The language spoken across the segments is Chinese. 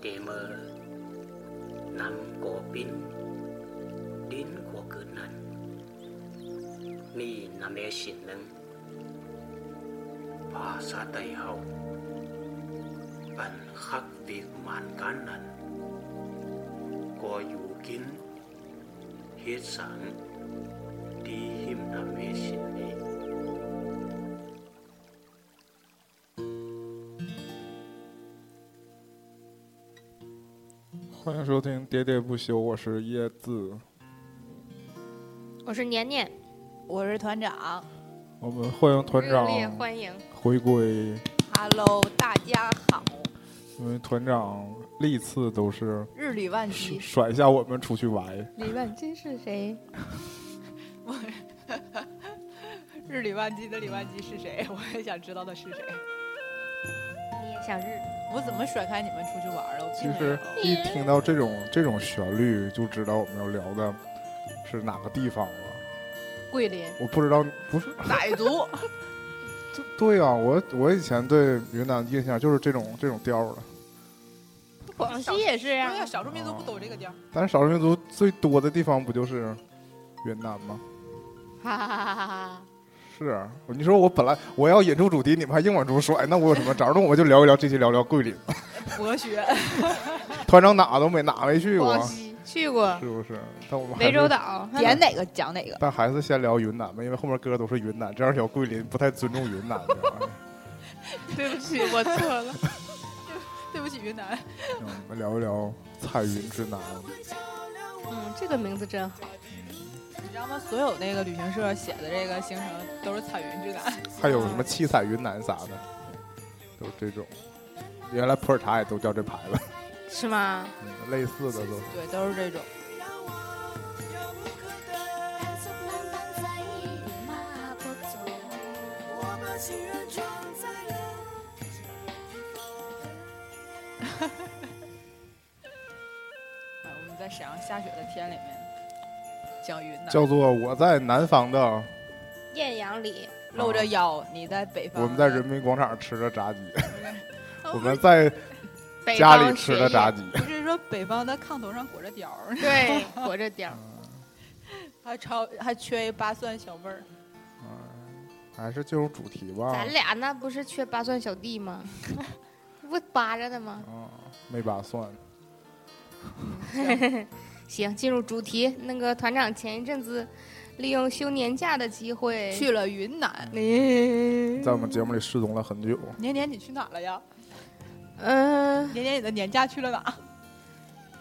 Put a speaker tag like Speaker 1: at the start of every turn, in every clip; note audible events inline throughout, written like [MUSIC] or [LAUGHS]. Speaker 1: 给么南国宾，邻国格南，你那么行能，巴萨代后，本克为蛮艰难，过有金，黑山，地힘那么行呢。
Speaker 2: 欢迎收听《喋喋不休》，我是椰子。
Speaker 3: 我是年年，
Speaker 4: 我是团长
Speaker 2: 我们欢迎团长
Speaker 3: 热烈欢迎。
Speaker 2: 回归，
Speaker 4: ，Hello，大家好，
Speaker 2: 因为团长历次都是
Speaker 4: 日理万机，
Speaker 2: 甩下我们出去玩。
Speaker 3: 李万金是谁？
Speaker 4: 日理万机的李万机是谁？ [LAUGHS] 我也想知道他是谁。
Speaker 3: 你也想日？
Speaker 4: 我怎么甩开你们出去玩了？我
Speaker 2: 其
Speaker 4: 并没
Speaker 2: 实
Speaker 4: 有。
Speaker 2: 一听到这种这种旋律，就知道我们要聊的是哪个地方了。
Speaker 4: 桂林
Speaker 2: 我不知道，不是
Speaker 4: 傣族，
Speaker 2: 对啊，我我以前对云南的印象就是这种这种调儿的，
Speaker 3: 广西也是呀、
Speaker 4: 对呀，少数民族不走这个调儿。
Speaker 2: 但是少数民族最多的地方不就是云南吗？
Speaker 3: 哈哈哈哈哈！
Speaker 2: 是啊，你说我本来我要引出主题，你们还硬往出甩，那我有什么招儿？那我就聊一聊这期，聊聊桂林。
Speaker 4: 博学，
Speaker 2: 团长哪都没哪没去过
Speaker 3: 广，西去过
Speaker 2: 是不是？但我们还
Speaker 3: 涠洲
Speaker 2: 是
Speaker 3: 岛，
Speaker 4: 点哪个讲哪个。
Speaker 2: 但还是先聊云南吧，因为后面歌都是云南，这样聊桂林不太尊重云南。啊这玩意儿
Speaker 3: [LAUGHS] 对不起，我错了。
Speaker 4: [LAUGHS] 对不起，云南。
Speaker 2: [LAUGHS] 嗯我们聊一聊彩云之南，
Speaker 3: 嗯，这个名字真好。
Speaker 4: 你知道吗？所有那个旅行社写的这个行程都是彩云之南。
Speaker 2: 还有什么七彩云南啥的，都这种。原来普洱茶也都叫这牌子，
Speaker 3: 是吗？
Speaker 2: 嗯类似的都。
Speaker 4: 对，都是这种。哎，我们在沈阳下雪的天里面讲云南，
Speaker 2: 叫做我在南方的，
Speaker 3: 艳阳里，
Speaker 4: 露着腰，你在北方。
Speaker 2: 我们在人民广场吃的炸鸡，
Speaker 4: 哦，
Speaker 2: [LAUGHS] 我
Speaker 4: 不是
Speaker 2: 们在
Speaker 3: 北
Speaker 2: 家
Speaker 3: 方
Speaker 2: 里吃的
Speaker 3: 雪
Speaker 2: 炸
Speaker 3: 夜
Speaker 2: 鸡。
Speaker 4: 不是说北方的炕头上裹着貂儿，
Speaker 3: 对， [LAUGHS] 活着点儿。
Speaker 2: 哦
Speaker 4: 还超还缺一八蒜小妹儿。
Speaker 2: 嗯还是进入主题吧。
Speaker 3: 咱俩那不是缺八蒜小弟吗？ [LAUGHS] 不扒着的吗？
Speaker 2: 嗯，没拔蒜。
Speaker 3: 行，进入主题。那个团长前一阵子利用休年假的机会
Speaker 4: 去了云南，
Speaker 3: 你
Speaker 2: 在我们节目里失踪了很久。
Speaker 4: 年年你去哪儿了呀？
Speaker 3: 嗯
Speaker 4: 年年你的年假去了哪？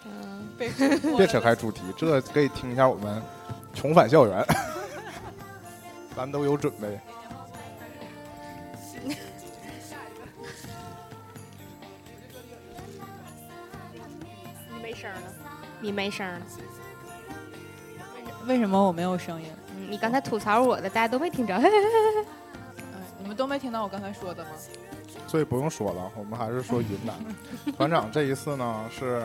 Speaker 3: 嗯，
Speaker 4: 别
Speaker 2: [LAUGHS] 别扯开，主题，这可以听一下我们重返校园， [LAUGHS] 咱都有准备。
Speaker 3: 你没声了，你没声了。
Speaker 4: 为什么我没有声音？
Speaker 3: 嗯，你刚才吐槽我的，大家都没听着。 [LAUGHS]
Speaker 4: 哎，你们都没听到我刚才说的吗？
Speaker 2: 所以不用说了，我们还是说云南。团长这一次呢是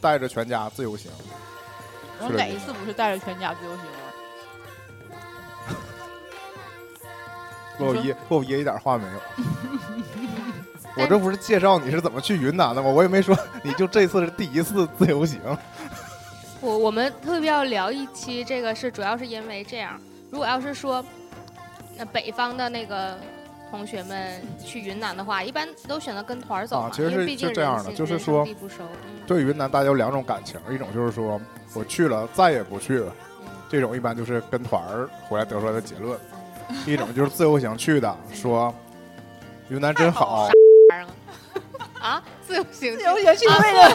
Speaker 2: 带着全家自由行，
Speaker 4: 我
Speaker 2: 是的
Speaker 4: 哪一次不是带着全家自由行啊？
Speaker 2: 我有爷我有爷一点话没
Speaker 3: [LAUGHS]
Speaker 2: 有。我这不是介绍你是怎么去云南的吗？我也没说你就这次是第一次自由行。
Speaker 3: 我我们特别要聊一期这个是，主要是因为这样，如果要是说，呃，北方的那个同学们去云南的话，一般都选择跟团儿走嘛，
Speaker 2: 啊其实
Speaker 3: 因为毕
Speaker 2: 是
Speaker 3: 竟
Speaker 2: 是这样的
Speaker 3: 人心
Speaker 2: 就是
Speaker 3: 人生
Speaker 2: 说
Speaker 3: 地不熟，嗯
Speaker 2: 对云南大家有两种感情，一种就是说我去了再也不去了，
Speaker 3: 嗯
Speaker 2: 这种一般就是跟团儿回来得出来的结论。一种就是自由行去的，说云南真好，
Speaker 3: 玩儿啊 [LAUGHS] 啊，自由行
Speaker 4: 自
Speaker 3: 去
Speaker 4: 由行去为了，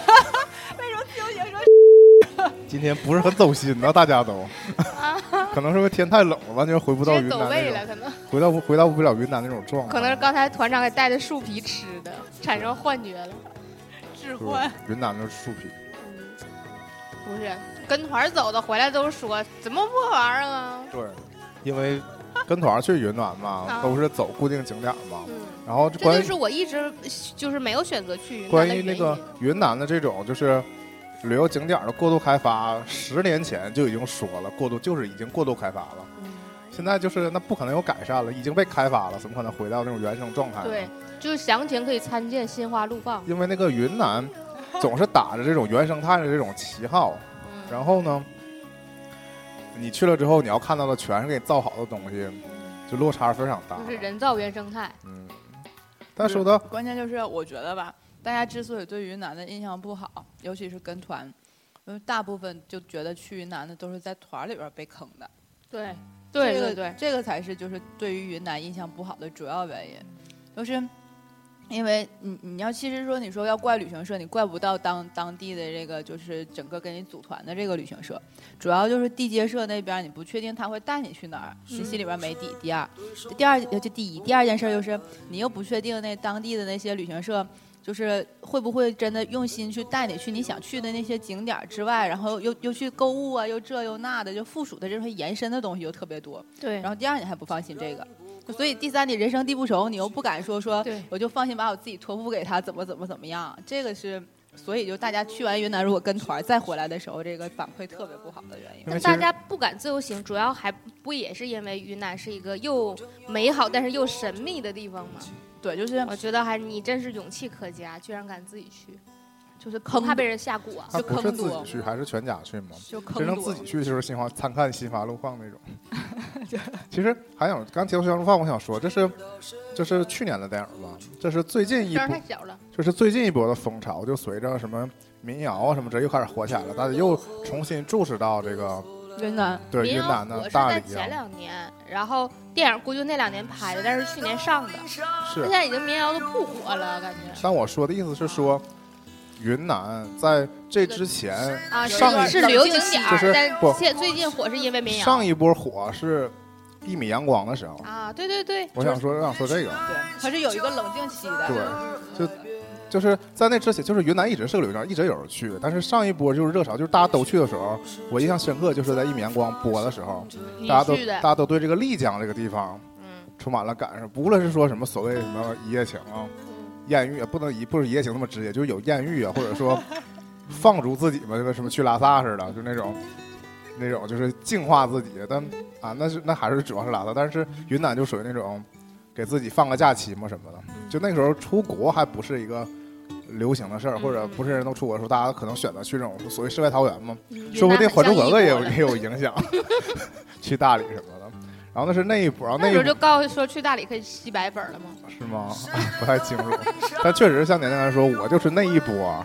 Speaker 4: 为什么自由行说
Speaker 2: 今天不是很走心呢，大家都，
Speaker 3: 啊，
Speaker 2: [LAUGHS] 可能是因为天太冷了，完全 [LAUGHS] 回不到云
Speaker 3: 真
Speaker 2: 南
Speaker 3: 走位
Speaker 2: 那
Speaker 3: 了，
Speaker 2: 种，啊
Speaker 3: 可能
Speaker 2: 回到回到不了云南那种状态。
Speaker 3: 可能是刚才团长给带的树皮吃的，产生幻觉了。
Speaker 4: 置
Speaker 2: 就是
Speaker 4: 换？
Speaker 2: 云南的树皮，
Speaker 3: 嗯，不是跟团儿走的，回来都说怎么不玩儿啊？
Speaker 2: 对，因为跟团去云南嘛
Speaker 3: 啊，
Speaker 2: 都是走固定景点嘛，
Speaker 3: 嗯。
Speaker 2: 然后
Speaker 3: 这
Speaker 2: 关
Speaker 3: 就
Speaker 2: 于
Speaker 3: 是我一直就是没有选择去云
Speaker 2: 关
Speaker 3: 南的
Speaker 2: 于
Speaker 3: 原因。
Speaker 2: 那个云南的这种就是。旅游景点的过度开发，十年前就已经说了，过度就是已经过度开发了。现在就是那不可能有改善了，已经被开发了，怎么可能回到那种原生状态？
Speaker 3: 对，，就是详情可以参见新花路报。
Speaker 2: 因为那个云南总是打着这种原生态的这种旗号，
Speaker 3: 嗯，
Speaker 2: 然后呢，你去了之后，你要看到的全是给你造好的东西，就落差非常大。
Speaker 3: 就是人造原生态。
Speaker 2: 嗯，但说到
Speaker 4: 关键就是我觉得吧，大家之所以对云南的印象不好，尤其是跟团，因为大部分就觉得去云南的都是在团里边被坑的。
Speaker 3: 对，对
Speaker 4: 这
Speaker 3: 对
Speaker 4: 个
Speaker 3: 对，
Speaker 4: 这个才是就是对于云南印象不好的主要原因，就是因为你你要其实说你说要怪旅行社，你怪不到当当地的这个就是整个给你组团的这个旅行社，主要就是地接社那边你不确定他会带你去哪儿，你心里边没底。第二，第二就第一，第二件事就是你又不确定那当地的那些旅行社。就是会不会真的用心去带你去你想去的那些景点儿之外，然后又又去购物啊，又这又那的，就附属的这种延伸的东西又特别多。
Speaker 3: 对
Speaker 4: 然后第二你还不放心这个，所以第三你人生地不熟，你又不敢说说
Speaker 3: 对，
Speaker 4: 我就放心把我自己托付给他，怎么怎么怎么样，这个是。所以就大家去完云南，如果跟团儿再回来的时候，这个反馈特别不好的原因
Speaker 2: 因。为
Speaker 3: 但
Speaker 2: 其实
Speaker 3: 大家不敢自由行，主要还不也是因为云南是一个又美好但是又神秘的地方吗？
Speaker 4: 对，就是
Speaker 3: 我觉得还你真是勇气可嘉，居然敢自己去，
Speaker 4: 就是坑
Speaker 3: 不怕被人下蛊啊！
Speaker 2: 他不是自
Speaker 4: 就
Speaker 2: 己
Speaker 4: 坑
Speaker 2: 去，还是全家去吗？
Speaker 4: 就坑
Speaker 3: [LAUGHS]
Speaker 2: 真正
Speaker 4: 多
Speaker 2: 自己去就是新华参看新华路况那种。其实还想刚提到新华路况，我想说，这是这是去年的电影吧？这是最近一
Speaker 3: 声儿
Speaker 2: 波
Speaker 3: 太，小了，
Speaker 2: 这是最近一波的风潮，就随着什么民谣啊什么这又开始火起来了，大家又重新注视到这个
Speaker 4: 云南
Speaker 2: 对
Speaker 3: 民
Speaker 2: 云
Speaker 3: 谣
Speaker 2: 南
Speaker 3: 火
Speaker 2: 的
Speaker 3: 是
Speaker 2: 大
Speaker 3: 在
Speaker 2: 理
Speaker 3: 前
Speaker 2: 啊，
Speaker 3: 两年，然后电影估计那两年拍的，但是去年上的，
Speaker 2: 是
Speaker 3: 现。在已经民谣都不火了，感觉
Speaker 2: 但我说的意思是说，云南在这之前，
Speaker 3: 啊
Speaker 2: 上
Speaker 3: 是
Speaker 2: 一
Speaker 3: 是旅游景点
Speaker 2: 就
Speaker 3: 儿，
Speaker 2: 是不
Speaker 3: 但现最近火是因为民谣
Speaker 2: 上一波火是一米阳光的时候。
Speaker 3: 啊，对对对，
Speaker 2: 我想说，我想说这个，啊
Speaker 4: 对，它是有一个冷静期的。
Speaker 2: 对，就就是在那之前，就是云南一直是个旅游地，一直有人去。但是上一波就是热潮，就是大家都去的时候，我印象深刻，就是在一米阳光播的时候，
Speaker 3: 你
Speaker 2: 大家都
Speaker 3: 去
Speaker 2: 大
Speaker 3: 的，
Speaker 2: 家都对这个丽江这个地方
Speaker 3: 嗯，
Speaker 2: 充满了感受。无论是说什么所谓什么一夜情啊、艳遇，啊不能一不是一夜情那么直接，就是有艳遇啊，或者说放逐自己嘛，就是什么去拉萨似的，就那种那种就是净化自己。但啊，那是那还是主要是拉萨，但是云南就属于那种给自己放个假期嘛什么的。就那时候出国还不是一个流行的事儿，
Speaker 3: 嗯
Speaker 2: 或者不是人都出国的时候，大家可能选择去这种所谓世外桃源嘛。
Speaker 3: 嗯
Speaker 2: 说不定《还珠格格》也有
Speaker 3: 云南很像异国了
Speaker 2: 也有影响， [LAUGHS] 去大理什么的。然后那是那一波，然后
Speaker 3: 那
Speaker 2: 一
Speaker 3: 时候
Speaker 2: 波
Speaker 3: 就告诉说去大理可以吸白粉了吗？
Speaker 2: 是吗？ [LAUGHS] 不太清楚，但确实像年年来说，我就是那一波，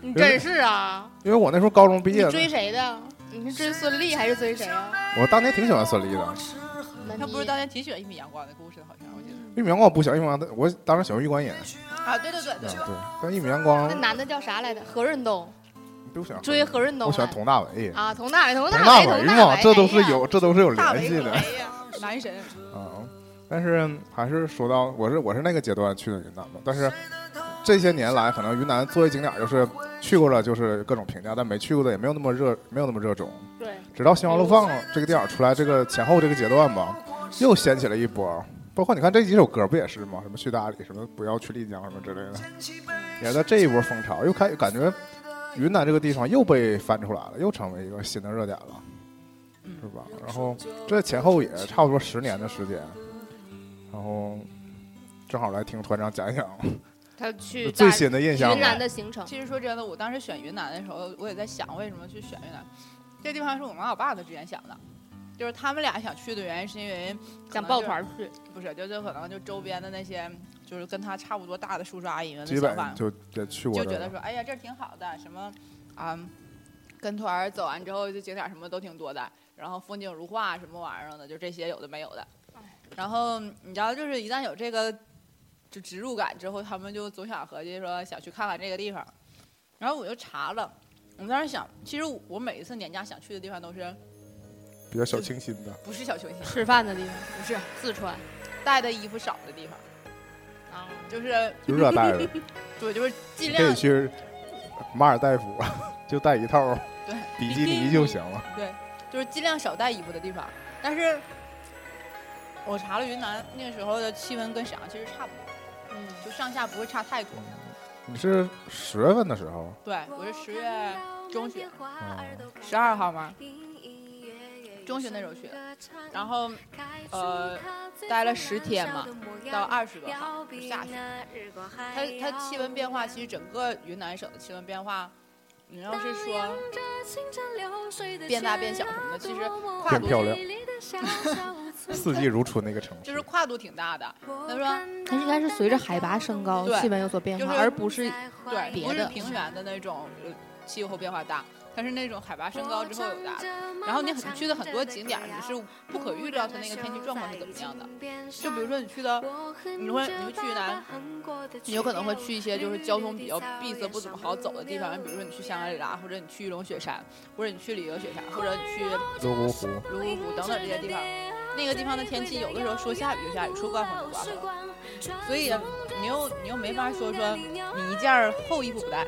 Speaker 3: 你
Speaker 2: 真
Speaker 3: 真是啊！
Speaker 2: 因为我那时候高中毕
Speaker 3: 你
Speaker 2: 业，
Speaker 3: 追谁的？你是追孙俪还是追谁啊？
Speaker 2: 我当年挺喜欢孙俪的。
Speaker 3: 那
Speaker 4: 他
Speaker 3: 你
Speaker 4: 不是当年挺喜欢一米阳光的故事的，好像我记得。
Speaker 2: 一米阳光我不喜欢，一米阳光我当时喜欢玉观音，
Speaker 4: 啊，对对对
Speaker 2: 嗯
Speaker 4: 对，
Speaker 2: 对，但一米阳光
Speaker 3: 那男的叫啥来着？何润东，
Speaker 2: 不喜欢，
Speaker 3: 追何润东啊。
Speaker 2: 我喜欢佟大为，
Speaker 3: 啊，佟大为，佟
Speaker 2: 佟大
Speaker 3: 为，
Speaker 2: 为
Speaker 3: 佟
Speaker 2: 嘛，
Speaker 3: 为
Speaker 2: 这都是
Speaker 3: 哎呀
Speaker 2: 有这都是有
Speaker 4: 大
Speaker 2: 联
Speaker 4: 为
Speaker 2: 系的。
Speaker 4: 哎呀，男神。
Speaker 2: 啊，但是还是说到我是我是那个阶段去的云南嘛，但是这些年来，可能云南作为景点儿就是去过了，就是各种评价，但没去过的也没有那么热，没有那么热衷。
Speaker 3: 对，
Speaker 2: 直到《新华路放》这个电影出来，这个前后这个阶段吧，又掀起了一波。包括你看这几首歌不也是吗？什么去大理，什么不要去丽江，什么之类的，也是在这一波风潮，又开感觉云南这个地方又被翻出来了，又成为一个新的热点了，是吧？然后这前后也差不多十年的时间，然后正好来听团长讲一讲
Speaker 3: 他去
Speaker 2: 最
Speaker 3: 大
Speaker 2: 新的印象
Speaker 3: 云南
Speaker 2: 吧。
Speaker 3: 的行程，
Speaker 4: 其实说真的，我当时选云南的时候，我也在想为什么去选云南。这地方是我妈我爸都之前想的，就是他们俩想去的原因是因为可
Speaker 3: 想
Speaker 4: 能
Speaker 3: 抱
Speaker 4: 就
Speaker 3: 团去，
Speaker 4: 不是，就是可能就周边的那些就是跟他差不多大的叔叔阿姨们
Speaker 2: 基
Speaker 4: 的
Speaker 2: 本
Speaker 4: 想法，
Speaker 2: 就也去过
Speaker 4: 就
Speaker 2: 这
Speaker 4: 觉得
Speaker 2: 个，
Speaker 4: 说哎呀这儿挺好的，什么啊、跟团儿走完之后就景点儿什么都挺多的，然后风景如画什么玩意儿的，就这些有的没有的。然后你知道，就是一旦有这个就植入感之后，他们就总想合计说想去看看这个地方。然后我就查了，我当时想，其实我每一次年假想去的地方都是
Speaker 2: 比较小清新的。
Speaker 4: 不是小清新，
Speaker 3: 吃饭的地方，
Speaker 4: 不是
Speaker 3: 四川
Speaker 4: 带的衣服少的地方，
Speaker 3: 啊，
Speaker 4: 就是
Speaker 2: 就热带的，
Speaker 4: 对，就是尽
Speaker 2: 可以
Speaker 4: 量
Speaker 2: 去马尔代夫，就带一套
Speaker 4: 对
Speaker 2: 比基尼就行了。
Speaker 4: 就是尽量少带衣服的地方。但是我查了云南那个时候的气温跟沈阳其实差不多，
Speaker 3: 嗯，
Speaker 4: 就上下不会差太多。
Speaker 2: 你是十月份的时候，
Speaker 4: 对，我是十月中旬，
Speaker 2: 嗯
Speaker 4: 十二号嘛，中学那时候学，然后呃待了十天嘛，到二十多号就下雪。它它气温变化，其实整个云南省的气温变化，你要是说变大变小什么的，其实跨
Speaker 2: 变
Speaker 4: 度
Speaker 2: 漂亮， [LAUGHS] 四季如春的一个城市，
Speaker 4: [LAUGHS] 就是跨度挺大的。他说
Speaker 3: 它应该是随着海拔升高，
Speaker 4: 对
Speaker 3: 气温有所变化，
Speaker 4: 就是
Speaker 3: 而不是
Speaker 4: 对，
Speaker 3: 别
Speaker 4: 不是
Speaker 3: 的
Speaker 4: 平原的那种呃气候变化大，它是那种海拔升高之后有大的。然后你很去的很多景点儿，你是不可预料它那个天气状况是怎么样的。就比如说你去的，你会你会去云南，你有可能会去一些就是交通比较闭塞、不怎么好走的地方，比如说你去香格里啊拉，或者你去玉龙雪山，或者你去里格雪山，或者你去
Speaker 2: 泸沽湖。
Speaker 4: 泸沽湖等等这些地方。那个地方的天气有的时候说下雨就下雨，说刮风就刮风，所以你又你又没法说说你一件儿厚衣服不带，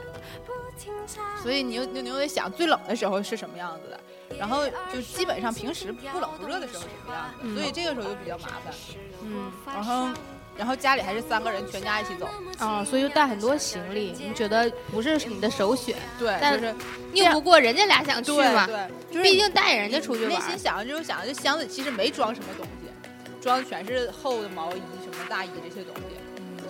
Speaker 4: 所以你又你又得想最冷的时候是什么样子的，然后就基本上平时不冷不热的时候是什么样子的，
Speaker 3: 嗯
Speaker 4: 所以这个时候就比较麻烦。
Speaker 3: 嗯
Speaker 4: 然后然后家里还是三个人全家一起走，
Speaker 3: 啊、所以就带很多行李，你觉得不是你的首选，
Speaker 4: 对，
Speaker 3: 但
Speaker 4: 就是
Speaker 3: 拗不过人家俩想去嘛，
Speaker 4: 对，就是
Speaker 3: 毕竟带人家出去
Speaker 4: 内
Speaker 3: 玩
Speaker 4: 心
Speaker 3: 儿，
Speaker 4: 想的就是想的，这箱子其实没装什么东西，装的全是厚的毛衣、什么大衣这些东西。
Speaker 3: 嗯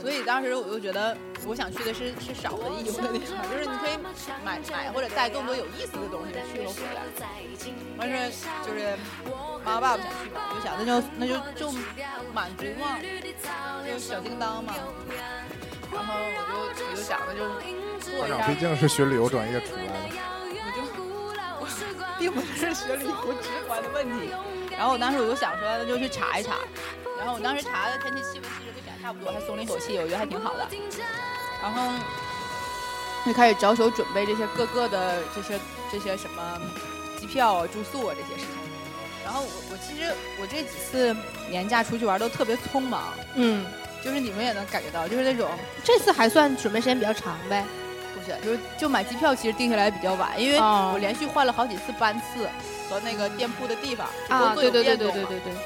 Speaker 4: 所以当时我就觉得，我想去的是是少的衣服的地方，就是你可以买买或者带更多有意思的东西去了回来。完事儿就是妈妈爸爸想去嘛，我就想那就那就就满足嘛，就小叮当嘛。然后我就我就想那就
Speaker 2: 校
Speaker 4: 做一
Speaker 2: 长毕
Speaker 4: 下，
Speaker 2: 竟是学旅游专业出来的，
Speaker 4: 我就并不是学旅游直观的问题。然后我当时我就想说，那就去查一查。然后我当时查的天气气温其实跟咱差不多，还松了一口气，我觉得还挺好的。然后就开始着手准备这些各个的这些这些什么机票啊、住宿啊这些事情。然后我我其实我这几次年假出去玩都特别匆忙，
Speaker 3: 嗯，
Speaker 4: 就是你们也能感觉到，就是那种
Speaker 3: 这次还算准备时间比较长呗，
Speaker 4: 不是就是就买机票其实定下来比较晚，因为
Speaker 3: 哦
Speaker 4: 我连续换了好几次班次和那个店铺的地方，就
Speaker 3: 啊，
Speaker 4: 工作
Speaker 3: 对
Speaker 4: 有
Speaker 3: 对对
Speaker 4: 变
Speaker 3: 对
Speaker 4: 动
Speaker 3: 对
Speaker 4: 嘛
Speaker 3: 对对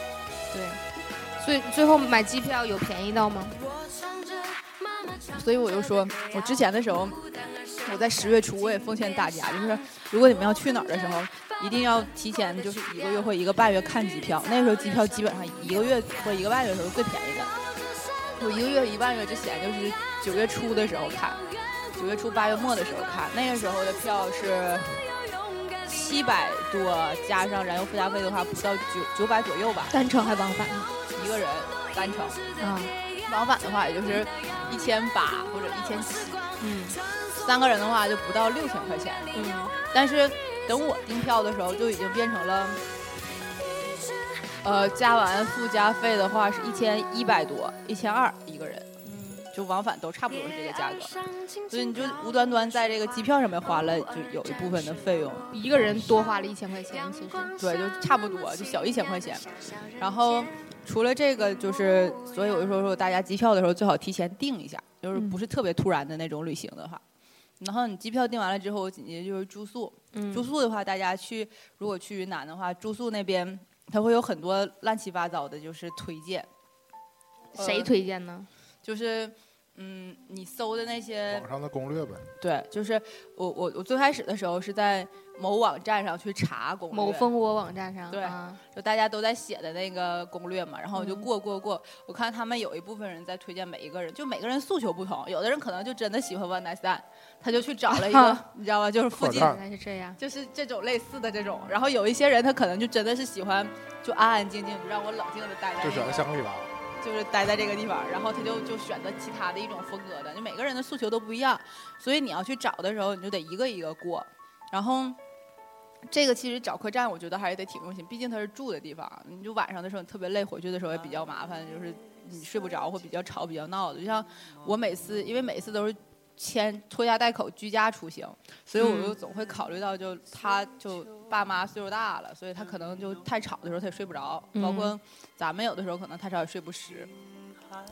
Speaker 3: 对，所以最后买机票有便宜到吗？
Speaker 4: 所以我就说，我之前的时候，我在十月初我也奉劝大家，就是如果你们要去哪儿的时候，一定要提前就是一个月或一个半月看机票，那时候机票基本上一个月或一个半月的时候是最便宜的。我一个月一个半月之前就是九月初的时候看，九月初八月末的时候看，那个时候的票是七百多，加上燃油附加费的话，不到九九百左右吧，
Speaker 3: 单程还往返
Speaker 4: 一个人单程。
Speaker 3: 啊，
Speaker 4: 往返的话，也就是一千八或者一千七。
Speaker 3: 嗯
Speaker 4: 三个人的话就不到六千块钱，
Speaker 3: 嗯，
Speaker 4: 但是等我订票的时候就已经变成了，呃，加完附加费的话是一千一百多，一千二一个人，就往返都差不多是这个价格，所以你就无端端在这个机票上面花了就有一部分的费用，
Speaker 3: 一个人多花了一千块钱，其实
Speaker 4: 对，就差不多就小一千块钱，然后。除了这个，就是所以我就说说大家机票的时候最好提前订一下，就是不是特别突然的那种旅行的话。然后你机票订完了之后，紧接着就是住宿，
Speaker 3: 嗯
Speaker 4: 住宿的话，大家去如果去云南的话，住宿那边它会有很多乱七八糟的，就是推荐，
Speaker 3: 谁推荐呢？
Speaker 4: 就是嗯，你搜的那些
Speaker 2: 网上的攻略呗。
Speaker 4: 对，就是我我我最开始的时候是在某网站上去查攻略，
Speaker 3: 某蜂窝网站上
Speaker 4: 对
Speaker 3: 啊
Speaker 4: 就大家都在写的那个攻略嘛，然后我就
Speaker 3: 嗯
Speaker 4: 过过过，我看他们有一部分人在推荐每一个人，就每个人诉求不同，有的人可能就真的喜欢 One Night Stand，他就去找
Speaker 3: [LAUGHS]
Speaker 4: 了一个，你知道吧，就是附近
Speaker 2: 好看
Speaker 3: 原来是这样，
Speaker 4: 就是这种类似的这种，然后有一些人他可能就真的是喜欢就安安静静，就让我冷静的待在、
Speaker 2: 就
Speaker 4: 那
Speaker 2: 选
Speaker 4: 个
Speaker 2: 了香格里拉，
Speaker 4: 就是待在这个地方，然后他就就选择其他的一种风格的，就每个人的诉求都不一样，所以你要去找的时候，你就得一个一个过。然后，这个其实找客栈，我觉得还是得挺用心，毕竟它是住的地方，你就晚上的时候你特别累，回去的时候也比较麻烦，就是你睡不着或比较吵、比较闹的。就像我每次，因为每次都是签拖家带口居家出行，所以我就总会考虑到就他就爸妈岁数大了，所以他可能就太吵的时候他也睡不着，
Speaker 3: 嗯
Speaker 4: 包括咱们有的时候可能太吵也睡不实，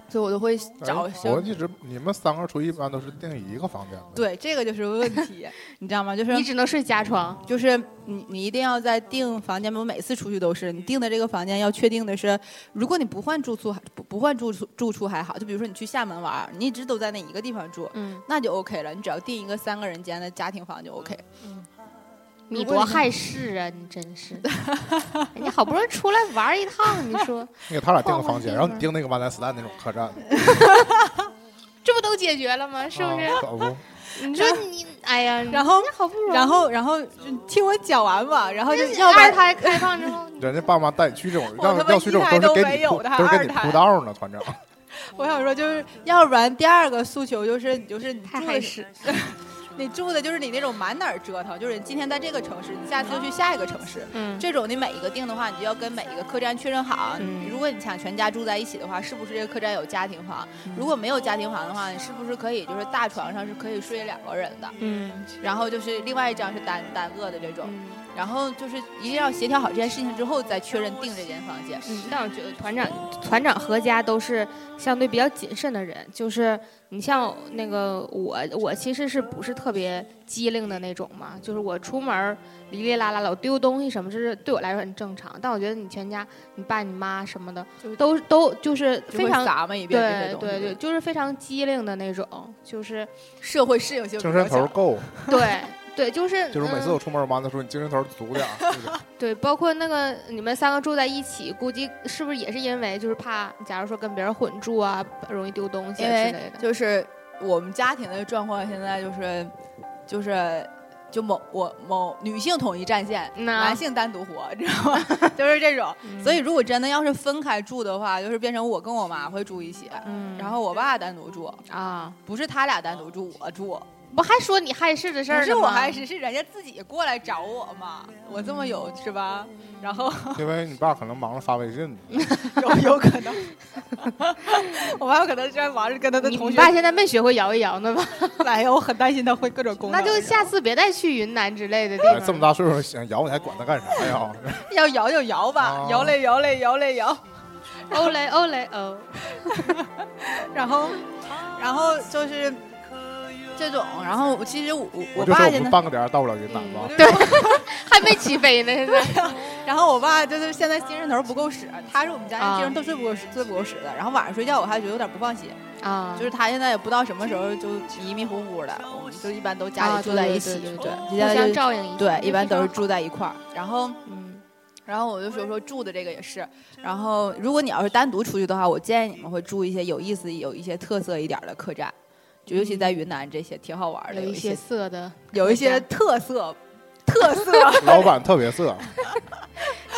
Speaker 4: 所以我就会找
Speaker 2: 哎
Speaker 4: 像
Speaker 2: 我一直你们三个出去一般都是订一个房间的。
Speaker 4: 对这个就是问
Speaker 2: [LAUGHS]
Speaker 4: 题，你知道吗？就是
Speaker 3: 你只能睡加床，
Speaker 4: 就是你你一定要在订房间，我每次出去都是你订的这个房间要确定的是，如果你不换住宿还不不换住宿住处还好，就比如说你去厦门玩儿，你一直都在那一个地方住，
Speaker 3: 嗯
Speaker 4: 那就 OK 了，你只要订一个三个人间的家庭房就 OK。
Speaker 3: 你多害事啊！你真 [LAUGHS] 是，人家好不容易出来玩一趟，你说
Speaker 2: 你给他俩订个
Speaker 3: 晃晃
Speaker 2: 房间，
Speaker 3: 地
Speaker 2: 然后你
Speaker 3: 方
Speaker 2: 订那个万南斯坦那种客栈，
Speaker 3: [LAUGHS] 这不都解决了吗？是不是？
Speaker 2: 啊可不，
Speaker 3: 哦你说你，哎呀，
Speaker 4: 然后
Speaker 3: 人家好不容易，
Speaker 4: 然后然后就听我讲完吧，然后就要不
Speaker 3: 二
Speaker 4: 然
Speaker 3: 胎 [LAUGHS] 开放之后，
Speaker 2: 人家爸妈带你去这种，
Speaker 4: [LAUGHS] 我
Speaker 2: 让
Speaker 4: 他妈
Speaker 2: 要去这
Speaker 4: 一胎
Speaker 2: 种都是
Speaker 4: 都
Speaker 2: 给
Speaker 4: 没
Speaker 2: 你
Speaker 4: 有
Speaker 2: 铺，
Speaker 4: 的还
Speaker 2: 都是给你
Speaker 4: 二胎
Speaker 2: 铺道呢，团长。
Speaker 4: 我想说就是要不然第二个诉求就是就是你
Speaker 3: 太
Speaker 4: 住
Speaker 3: 害
Speaker 4: 的
Speaker 3: 事。
Speaker 4: [LAUGHS] 你住的就是你那种满哪儿折腾，就是你今天在这个城市，你下次就去下一个城市。
Speaker 3: 嗯，
Speaker 4: 这种你每一个订的话，你就要跟每一个客栈确认好。
Speaker 3: 嗯
Speaker 4: 如果你想全家住在一起的话，是不是这个客栈有家庭房？如果没有家庭房的话，你是不是可以就是大床上是可以睡两个人的？
Speaker 3: 嗯
Speaker 4: 然后就是另外一张是单单个的这种，
Speaker 3: 嗯。
Speaker 4: 然后就是一定要协调好这件事情之后再确认订这间房间。
Speaker 3: 嗯，但我觉得团长团长和家都是相对比较谨慎的人，就是你像那个我，我其实是不是特别机灵的那种嘛？就是我出门儿哩哩啦啦老丢东西什么，这是对我来说很正常。但我觉得你全家，你爸你妈什么的
Speaker 4: 就，
Speaker 3: 都都就是
Speaker 4: 就会
Speaker 3: 非常
Speaker 4: 砸嘛一遍这些
Speaker 3: 对
Speaker 4: 东西，
Speaker 3: 对对，就是非常机灵的那种，
Speaker 4: [LAUGHS]
Speaker 3: 就是
Speaker 4: 社会适应性比较
Speaker 2: 精
Speaker 4: 强。
Speaker 2: 神头够，
Speaker 3: 对对，就是
Speaker 2: [LAUGHS] 就是每次
Speaker 3: 嗯
Speaker 2: 我出门，我妈都说你精神头足点儿。就是
Speaker 3: 对，包括那个你们三个住在一起，估计是不是也是因为就是怕，假如说跟别人混住啊，容易丢东西啊
Speaker 4: 因
Speaker 3: 之
Speaker 4: 为
Speaker 3: 类的。
Speaker 4: 哎就是我们家庭的状况现在就是就是就某我某女性统一战线，
Speaker 3: 那嗯
Speaker 4: 男性单独活， [LAUGHS] 知道吗？就是这种。所以如果真的要是分开住的话，就是变成我跟我妈会住一起，
Speaker 3: 嗯，
Speaker 4: 然后我爸单独住，
Speaker 3: 啊，
Speaker 4: 不是他俩单独住，我住。
Speaker 3: 不还说你害事的事
Speaker 4: 不
Speaker 3: 儿
Speaker 4: 是
Speaker 3: 呢
Speaker 4: 我
Speaker 3: 嗯吗嗯
Speaker 4: 还是是人家自己过来找我嘛，我这么有是吧？然后 [LAUGHS]
Speaker 2: 因为你爸可能忙着发微信，
Speaker 4: 有有可
Speaker 3: [LAUGHS]
Speaker 4: 能，我爸有可能在忙着跟他的
Speaker 3: 你
Speaker 4: 同
Speaker 3: 你
Speaker 4: 学
Speaker 3: 爸现在没学会摇一摇呢吧？
Speaker 4: 来呀，我很担心他会各种功能。
Speaker 3: 那就下次别再去云南之类的地
Speaker 2: 哎
Speaker 3: 方。
Speaker 2: 这么大岁数想摇你还管他干啥呀？
Speaker 4: 要摇就摇吧
Speaker 2: 哦，
Speaker 4: 摇嘞摇嘞摇嘞摇，
Speaker 3: 欧哦嘞欧嘞欧，
Speaker 4: 然
Speaker 3: 哦
Speaker 4: 后，然后就是这种，然后我其实我
Speaker 2: 我就说
Speaker 4: 爸
Speaker 2: 我
Speaker 4: 现
Speaker 2: 们
Speaker 4: 在，
Speaker 2: 半个点儿到不了云南吧。 [LAUGHS]
Speaker 4: 对，
Speaker 3: 还没起飞呢，现在。
Speaker 4: [LAUGHS] 然后我爸就是现在精神头不够使，他是我们家人
Speaker 3: 啊
Speaker 4: 精神头最不够使、最不够使的。然后晚上睡觉我还觉得有点不放心，
Speaker 3: 啊，
Speaker 4: 就是他现在也不知道什么时候就迷迷糊糊的，我们就一般都家
Speaker 3: 啊
Speaker 4: 里住在一
Speaker 3: 对
Speaker 4: 起，
Speaker 3: 对对
Speaker 4: 就
Speaker 3: 对
Speaker 4: 家
Speaker 3: 对，互
Speaker 4: 里
Speaker 3: 相
Speaker 4: 就
Speaker 3: 照应一下。
Speaker 4: 对，一般都
Speaker 3: 这非常
Speaker 4: 是
Speaker 3: 好
Speaker 4: 住在一块儿，然后。
Speaker 3: 嗯
Speaker 4: 然后我就说说住的这个也是，然后如果你要是单独出去的话，我建议你们会住一些有意思、有一些特色一点的客栈，就尤其在云南这些挺好玩的，
Speaker 3: 有
Speaker 4: 有
Speaker 3: 一些色的， [LAUGHS]
Speaker 4: 有一些特色 [LAUGHS] 特色
Speaker 2: 老板特别色，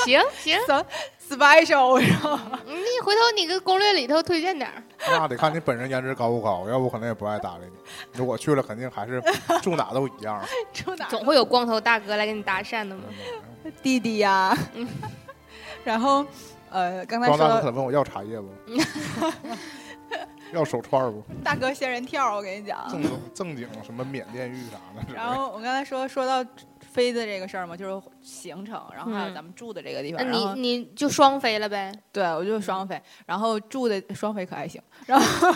Speaker 3: 行行，嗯
Speaker 4: special，然后
Speaker 3: 你回头你给攻略里头推荐点儿。
Speaker 2: 那得看你本人颜值高不高，要不可能也不爱搭理你。如果去了，肯定还是住哪都一样。
Speaker 4: 住哪
Speaker 3: [LAUGHS]
Speaker 4: 儿
Speaker 3: 总会有光头大哥来给你搭讪的嘛。
Speaker 4: 弟弟呀， [LAUGHS] 然后呃，刚才
Speaker 2: 庄
Speaker 4: 说
Speaker 2: 大哥
Speaker 4: 到
Speaker 2: 可能问我要茶叶不？要手串儿不？
Speaker 4: 大哥仙人跳，我跟你讲，
Speaker 2: 正经正经什么缅甸玉啥的之类
Speaker 4: 然
Speaker 2: 的。
Speaker 4: 后我刚才说说到飞的这个事儿嘛，就是行程，然后还有
Speaker 3: 嗯
Speaker 4: 咱们住的这个地
Speaker 3: 那
Speaker 4: 方，然后
Speaker 3: 你你就双飞了呗，
Speaker 4: 对我就是双飞，然后住的双飞可还行。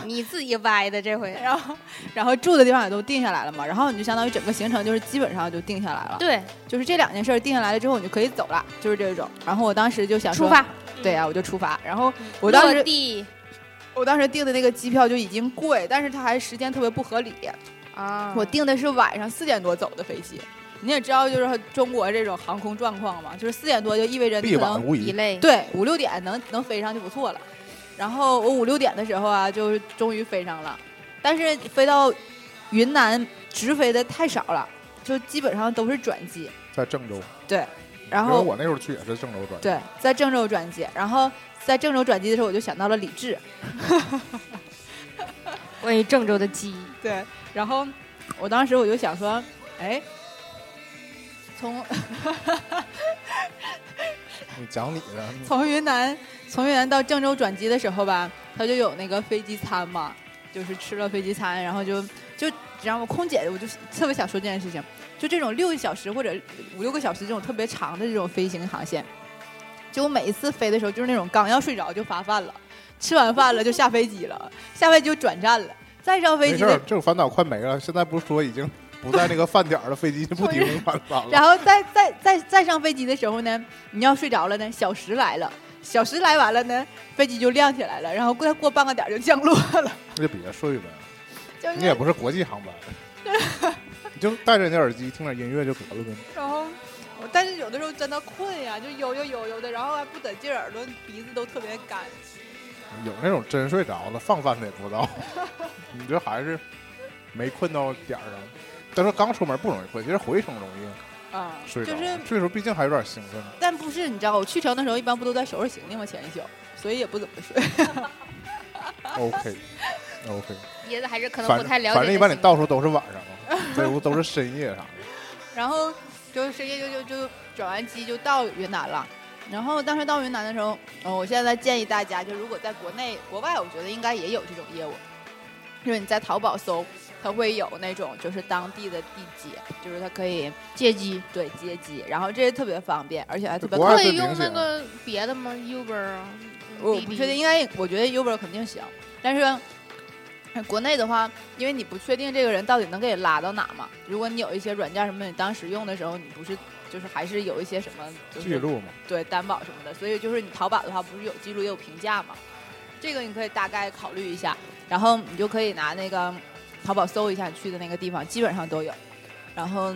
Speaker 3: 你自己歪的这 [LAUGHS] 回。
Speaker 4: 然后，然后住的地方也都定下来了嘛，然后你就相当于整个行程就是基本上就定下来了，
Speaker 3: 对，
Speaker 4: 就是这两件事儿定下来了之后，你就可以走了，就是这种。然后我当时就想说
Speaker 3: 出，发。
Speaker 4: 对啊呀、我就出发。然后
Speaker 3: 嗯
Speaker 4: 我当
Speaker 3: 落
Speaker 4: 时
Speaker 3: 地
Speaker 4: 我当时订的那个机票就已经贵，但是它还时间特别不合理，
Speaker 3: 啊，
Speaker 4: 我订的是晚上四点多走的飞机。你也知道，就是中国这种航空状况嘛，就是四点多就意味着你
Speaker 2: 必
Speaker 4: 可
Speaker 2: 晚
Speaker 4: 能
Speaker 2: 无
Speaker 3: 一
Speaker 2: 疑，
Speaker 3: 类，
Speaker 4: 对五六点能能飞上就不错了。然后我五六点的时候啊，就是终于飞上了，但是飞到云南直飞的太少了，就基本上都是转机。
Speaker 2: 在郑州。
Speaker 4: 对，然
Speaker 2: 因为
Speaker 4: 后
Speaker 2: 我那时候去也是郑州转，
Speaker 4: 对，在郑州转机，然后在郑州转机的时候，我就想到了李志。
Speaker 3: 关于郑州的鸡，
Speaker 4: 对，然后我当时我就想说，哎，从
Speaker 2: 你讲你的，
Speaker 4: [LAUGHS] 从云南从云南到郑州转机的时候吧，他就有那个飞机餐嘛，就是吃了飞机餐，然后就就然后空姐我就特别想说这件事情，就这种六个小时或者五六个小时这种特别长的这种飞行航线，就我每一次飞的时候就是那种刚要睡着就发饭了，吃完饭了就下飞机了，下飞机就转站了，再上飞
Speaker 2: 没
Speaker 4: 机
Speaker 2: 事
Speaker 4: 的
Speaker 2: 儿，这个烦恼快没了。现在不是说已经不在那个饭点儿了，飞机就不提供晚餐了。
Speaker 4: 然后再再再再上飞机的时候呢，你要睡着了呢，小时来了，小时来完了呢，飞机就亮起来了，然后再过半个点儿就降落 [LAUGHS] 了，
Speaker 2: 那就别睡呗，
Speaker 4: 就
Speaker 2: 你也
Speaker 4: 是
Speaker 2: 不是国际航班，你就戴着你耳机听点音乐就得了呗。
Speaker 4: 然后就真的困呀，就悠悠悠悠的，然后还不得劲儿，耳朵鼻子都特别干。
Speaker 2: 有那种真睡着了，放饭的也不
Speaker 3: [LAUGHS]
Speaker 2: 知道。你这还是没困到点儿上。但是刚出门不容易困，其实回程容易
Speaker 4: 啊，
Speaker 2: 睡着。
Speaker 4: 就
Speaker 2: 这
Speaker 4: 是，
Speaker 2: 时候毕竟还有点兴奋。
Speaker 3: [LAUGHS]
Speaker 4: 但不是你知道，我去程的时候一般不都在收拾行李吗？前一宿，所以也不怎么睡。
Speaker 2: OK OK，
Speaker 3: 椰子还是可能
Speaker 2: 反
Speaker 3: 不
Speaker 2: 正
Speaker 3: 太了解。
Speaker 2: 反正一般你到处都是晚上嘛，
Speaker 3: [LAUGHS]
Speaker 2: 这屋都是深夜啥的。
Speaker 4: 然后就直接就就就转完机就到云南了。然后当时到云南的时候，呃，我现在建议大家，就如果在国内、国外，我觉得应该也有这种业务，就是你在淘宝搜，它会有那种就是当地的地接，就是它可以
Speaker 3: 借机
Speaker 4: 对接机，然后这些特别方便，而且还特别
Speaker 2: 国
Speaker 4: 快
Speaker 2: 外。
Speaker 3: 会
Speaker 2: 最
Speaker 3: 用
Speaker 2: 明
Speaker 3: 那
Speaker 2: 显
Speaker 3: 个别的吗？Uber 啊，
Speaker 4: 我
Speaker 3: 滴
Speaker 4: 不
Speaker 3: 滴
Speaker 4: 确定，应该我觉得 Uber 肯定行，但是。呃国内的话，因为你不确定这个人到底能给你拉到哪嘛。如果你有一些软件什么，你当时用的时候，你不是就是还是有一些什么、就是、
Speaker 2: 记
Speaker 3: [LAUGHS]
Speaker 2: 录嘛，
Speaker 4: 对担保什么的，所以就是你淘宝的话，不是有记录也有评价嘛，这个你可以大概考虑一下，然后你就可以拿那个淘宝搜一下你去的那个地方，基本上都有。然后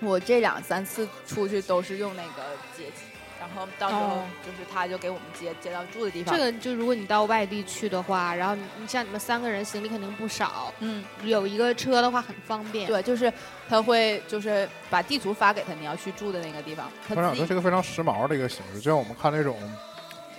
Speaker 4: 我这两三次出去都是用那个接机，然后到时候
Speaker 3: 哦
Speaker 4: 就是他就给我们接接到住的地方。嗯
Speaker 3: 这个就如果你到外地去的话，然后你你像你们三个人行李肯定不少，
Speaker 4: 嗯，
Speaker 3: 有一个车的话很方便。
Speaker 4: 对，就是他会就是把地图发给他，你要去住的那个地方，他
Speaker 2: 团长
Speaker 4: 自
Speaker 2: 这
Speaker 4: 己
Speaker 2: 是个非常时髦的一个形式，就像我们看那种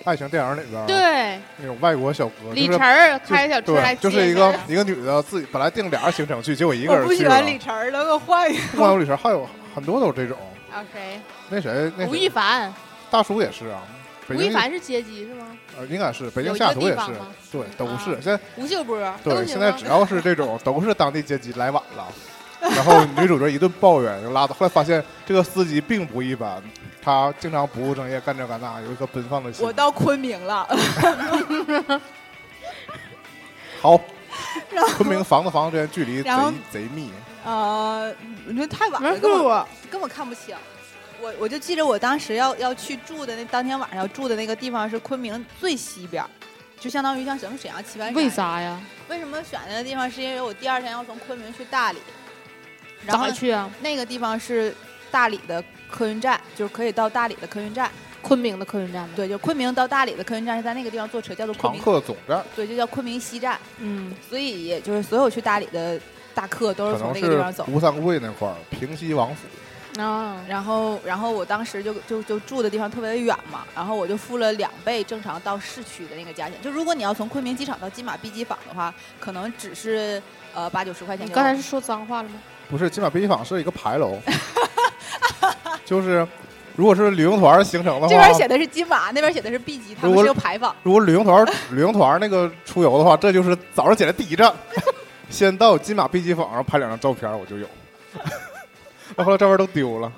Speaker 2: 爱情电影里边儿
Speaker 3: 对，
Speaker 2: 那种外国小哥，
Speaker 3: 李
Speaker 2: 就
Speaker 3: 晨
Speaker 2: 是
Speaker 3: 儿开小车来
Speaker 2: 对，就
Speaker 3: 接
Speaker 2: 是一个
Speaker 3: 他
Speaker 2: 一个女的自己本来定俩人行程去，结果一个人去了。
Speaker 4: 晨儿了，给我换一个。
Speaker 2: 不光有李晨，还有很多都是这种。
Speaker 3: 啊谁？
Speaker 2: 那谁，那
Speaker 3: 吴亦
Speaker 2: 谁
Speaker 3: 凡，
Speaker 2: 大叔也是啊，北
Speaker 3: 吴
Speaker 2: 京
Speaker 3: 亦凡是接机是吗？
Speaker 2: 呃应该是北京
Speaker 3: 有一
Speaker 2: 西雅
Speaker 3: 个
Speaker 2: 图
Speaker 3: 地
Speaker 2: 也
Speaker 3: 方
Speaker 2: 是
Speaker 3: 吗，
Speaker 2: 对，都
Speaker 3: 啊
Speaker 2: 是。现在
Speaker 3: 吴秀波都
Speaker 2: 对，
Speaker 3: 行啊
Speaker 2: 现在
Speaker 3: 吗
Speaker 2: 只要是这种都是当地接机来晚了，然后女主角一顿抱怨就拉倒。后来发现这个司机并不一般，他经常不务正业，干这干那，有一颗奔放的心
Speaker 4: 我。到昆明了，
Speaker 3: [LAUGHS]
Speaker 2: 好
Speaker 4: 然，
Speaker 2: 昆明房子房子之间距离
Speaker 4: 然后
Speaker 2: 贼贼密，
Speaker 4: [LAUGHS] 呃，你说太晚了，
Speaker 3: 没
Speaker 4: 根本
Speaker 3: 我，
Speaker 4: 根本看不清。我我就记着我当时要要去住的那当天晚上要住的那个地方是昆明最西边儿，就相当于像什么沈阳、棋盘山。
Speaker 3: 为？啥呀？
Speaker 4: 为什么选那个地方？是因为我第二天要从昆明去大理，然后
Speaker 3: 咋去啊？
Speaker 4: 那个地方是大理的客运站，就是可以到大理的客运站。
Speaker 3: 昆明的客运站吗？，
Speaker 4: 对，就昆明到大理的客运站是在那个地方坐车，叫做昆
Speaker 2: 常
Speaker 4: 明，
Speaker 2: 客总站
Speaker 4: 对，就叫昆明西站。
Speaker 3: 嗯，
Speaker 4: 所以也就是所有去大理的大客都
Speaker 2: 可
Speaker 4: 是从
Speaker 2: 能
Speaker 4: 那个地方
Speaker 2: 是
Speaker 4: 走。
Speaker 2: 吴三桂那块儿，平西王府。
Speaker 3: 啊，
Speaker 4: 然后，然后我当时就就就住的地方特别远嘛，然后我就付了两倍正常到市区的那个价钱。就如果你要从昆明机场到金马碧鸡坊的话，可能只是呃八九十块钱
Speaker 3: 你
Speaker 4: 给我。
Speaker 3: 刚才是说脏话了吗？
Speaker 2: 不是，金马殡仪坊是一个牌
Speaker 4: [LAUGHS]
Speaker 2: 楼，就是如果是旅行团行程的
Speaker 4: 这
Speaker 3: 哦
Speaker 4: 边
Speaker 2: 话
Speaker 4: 写，的是金马，那边写的是碧鸡，他
Speaker 2: 如
Speaker 4: 们
Speaker 2: 果
Speaker 4: 是有牌坊。
Speaker 2: 如果旅行团旅行团那个出游的话，这就是早上起来第一
Speaker 4: [LAUGHS]
Speaker 2: 站，先到金马殡仪坊上拍两张照片，我就有。那后来照片都丢了，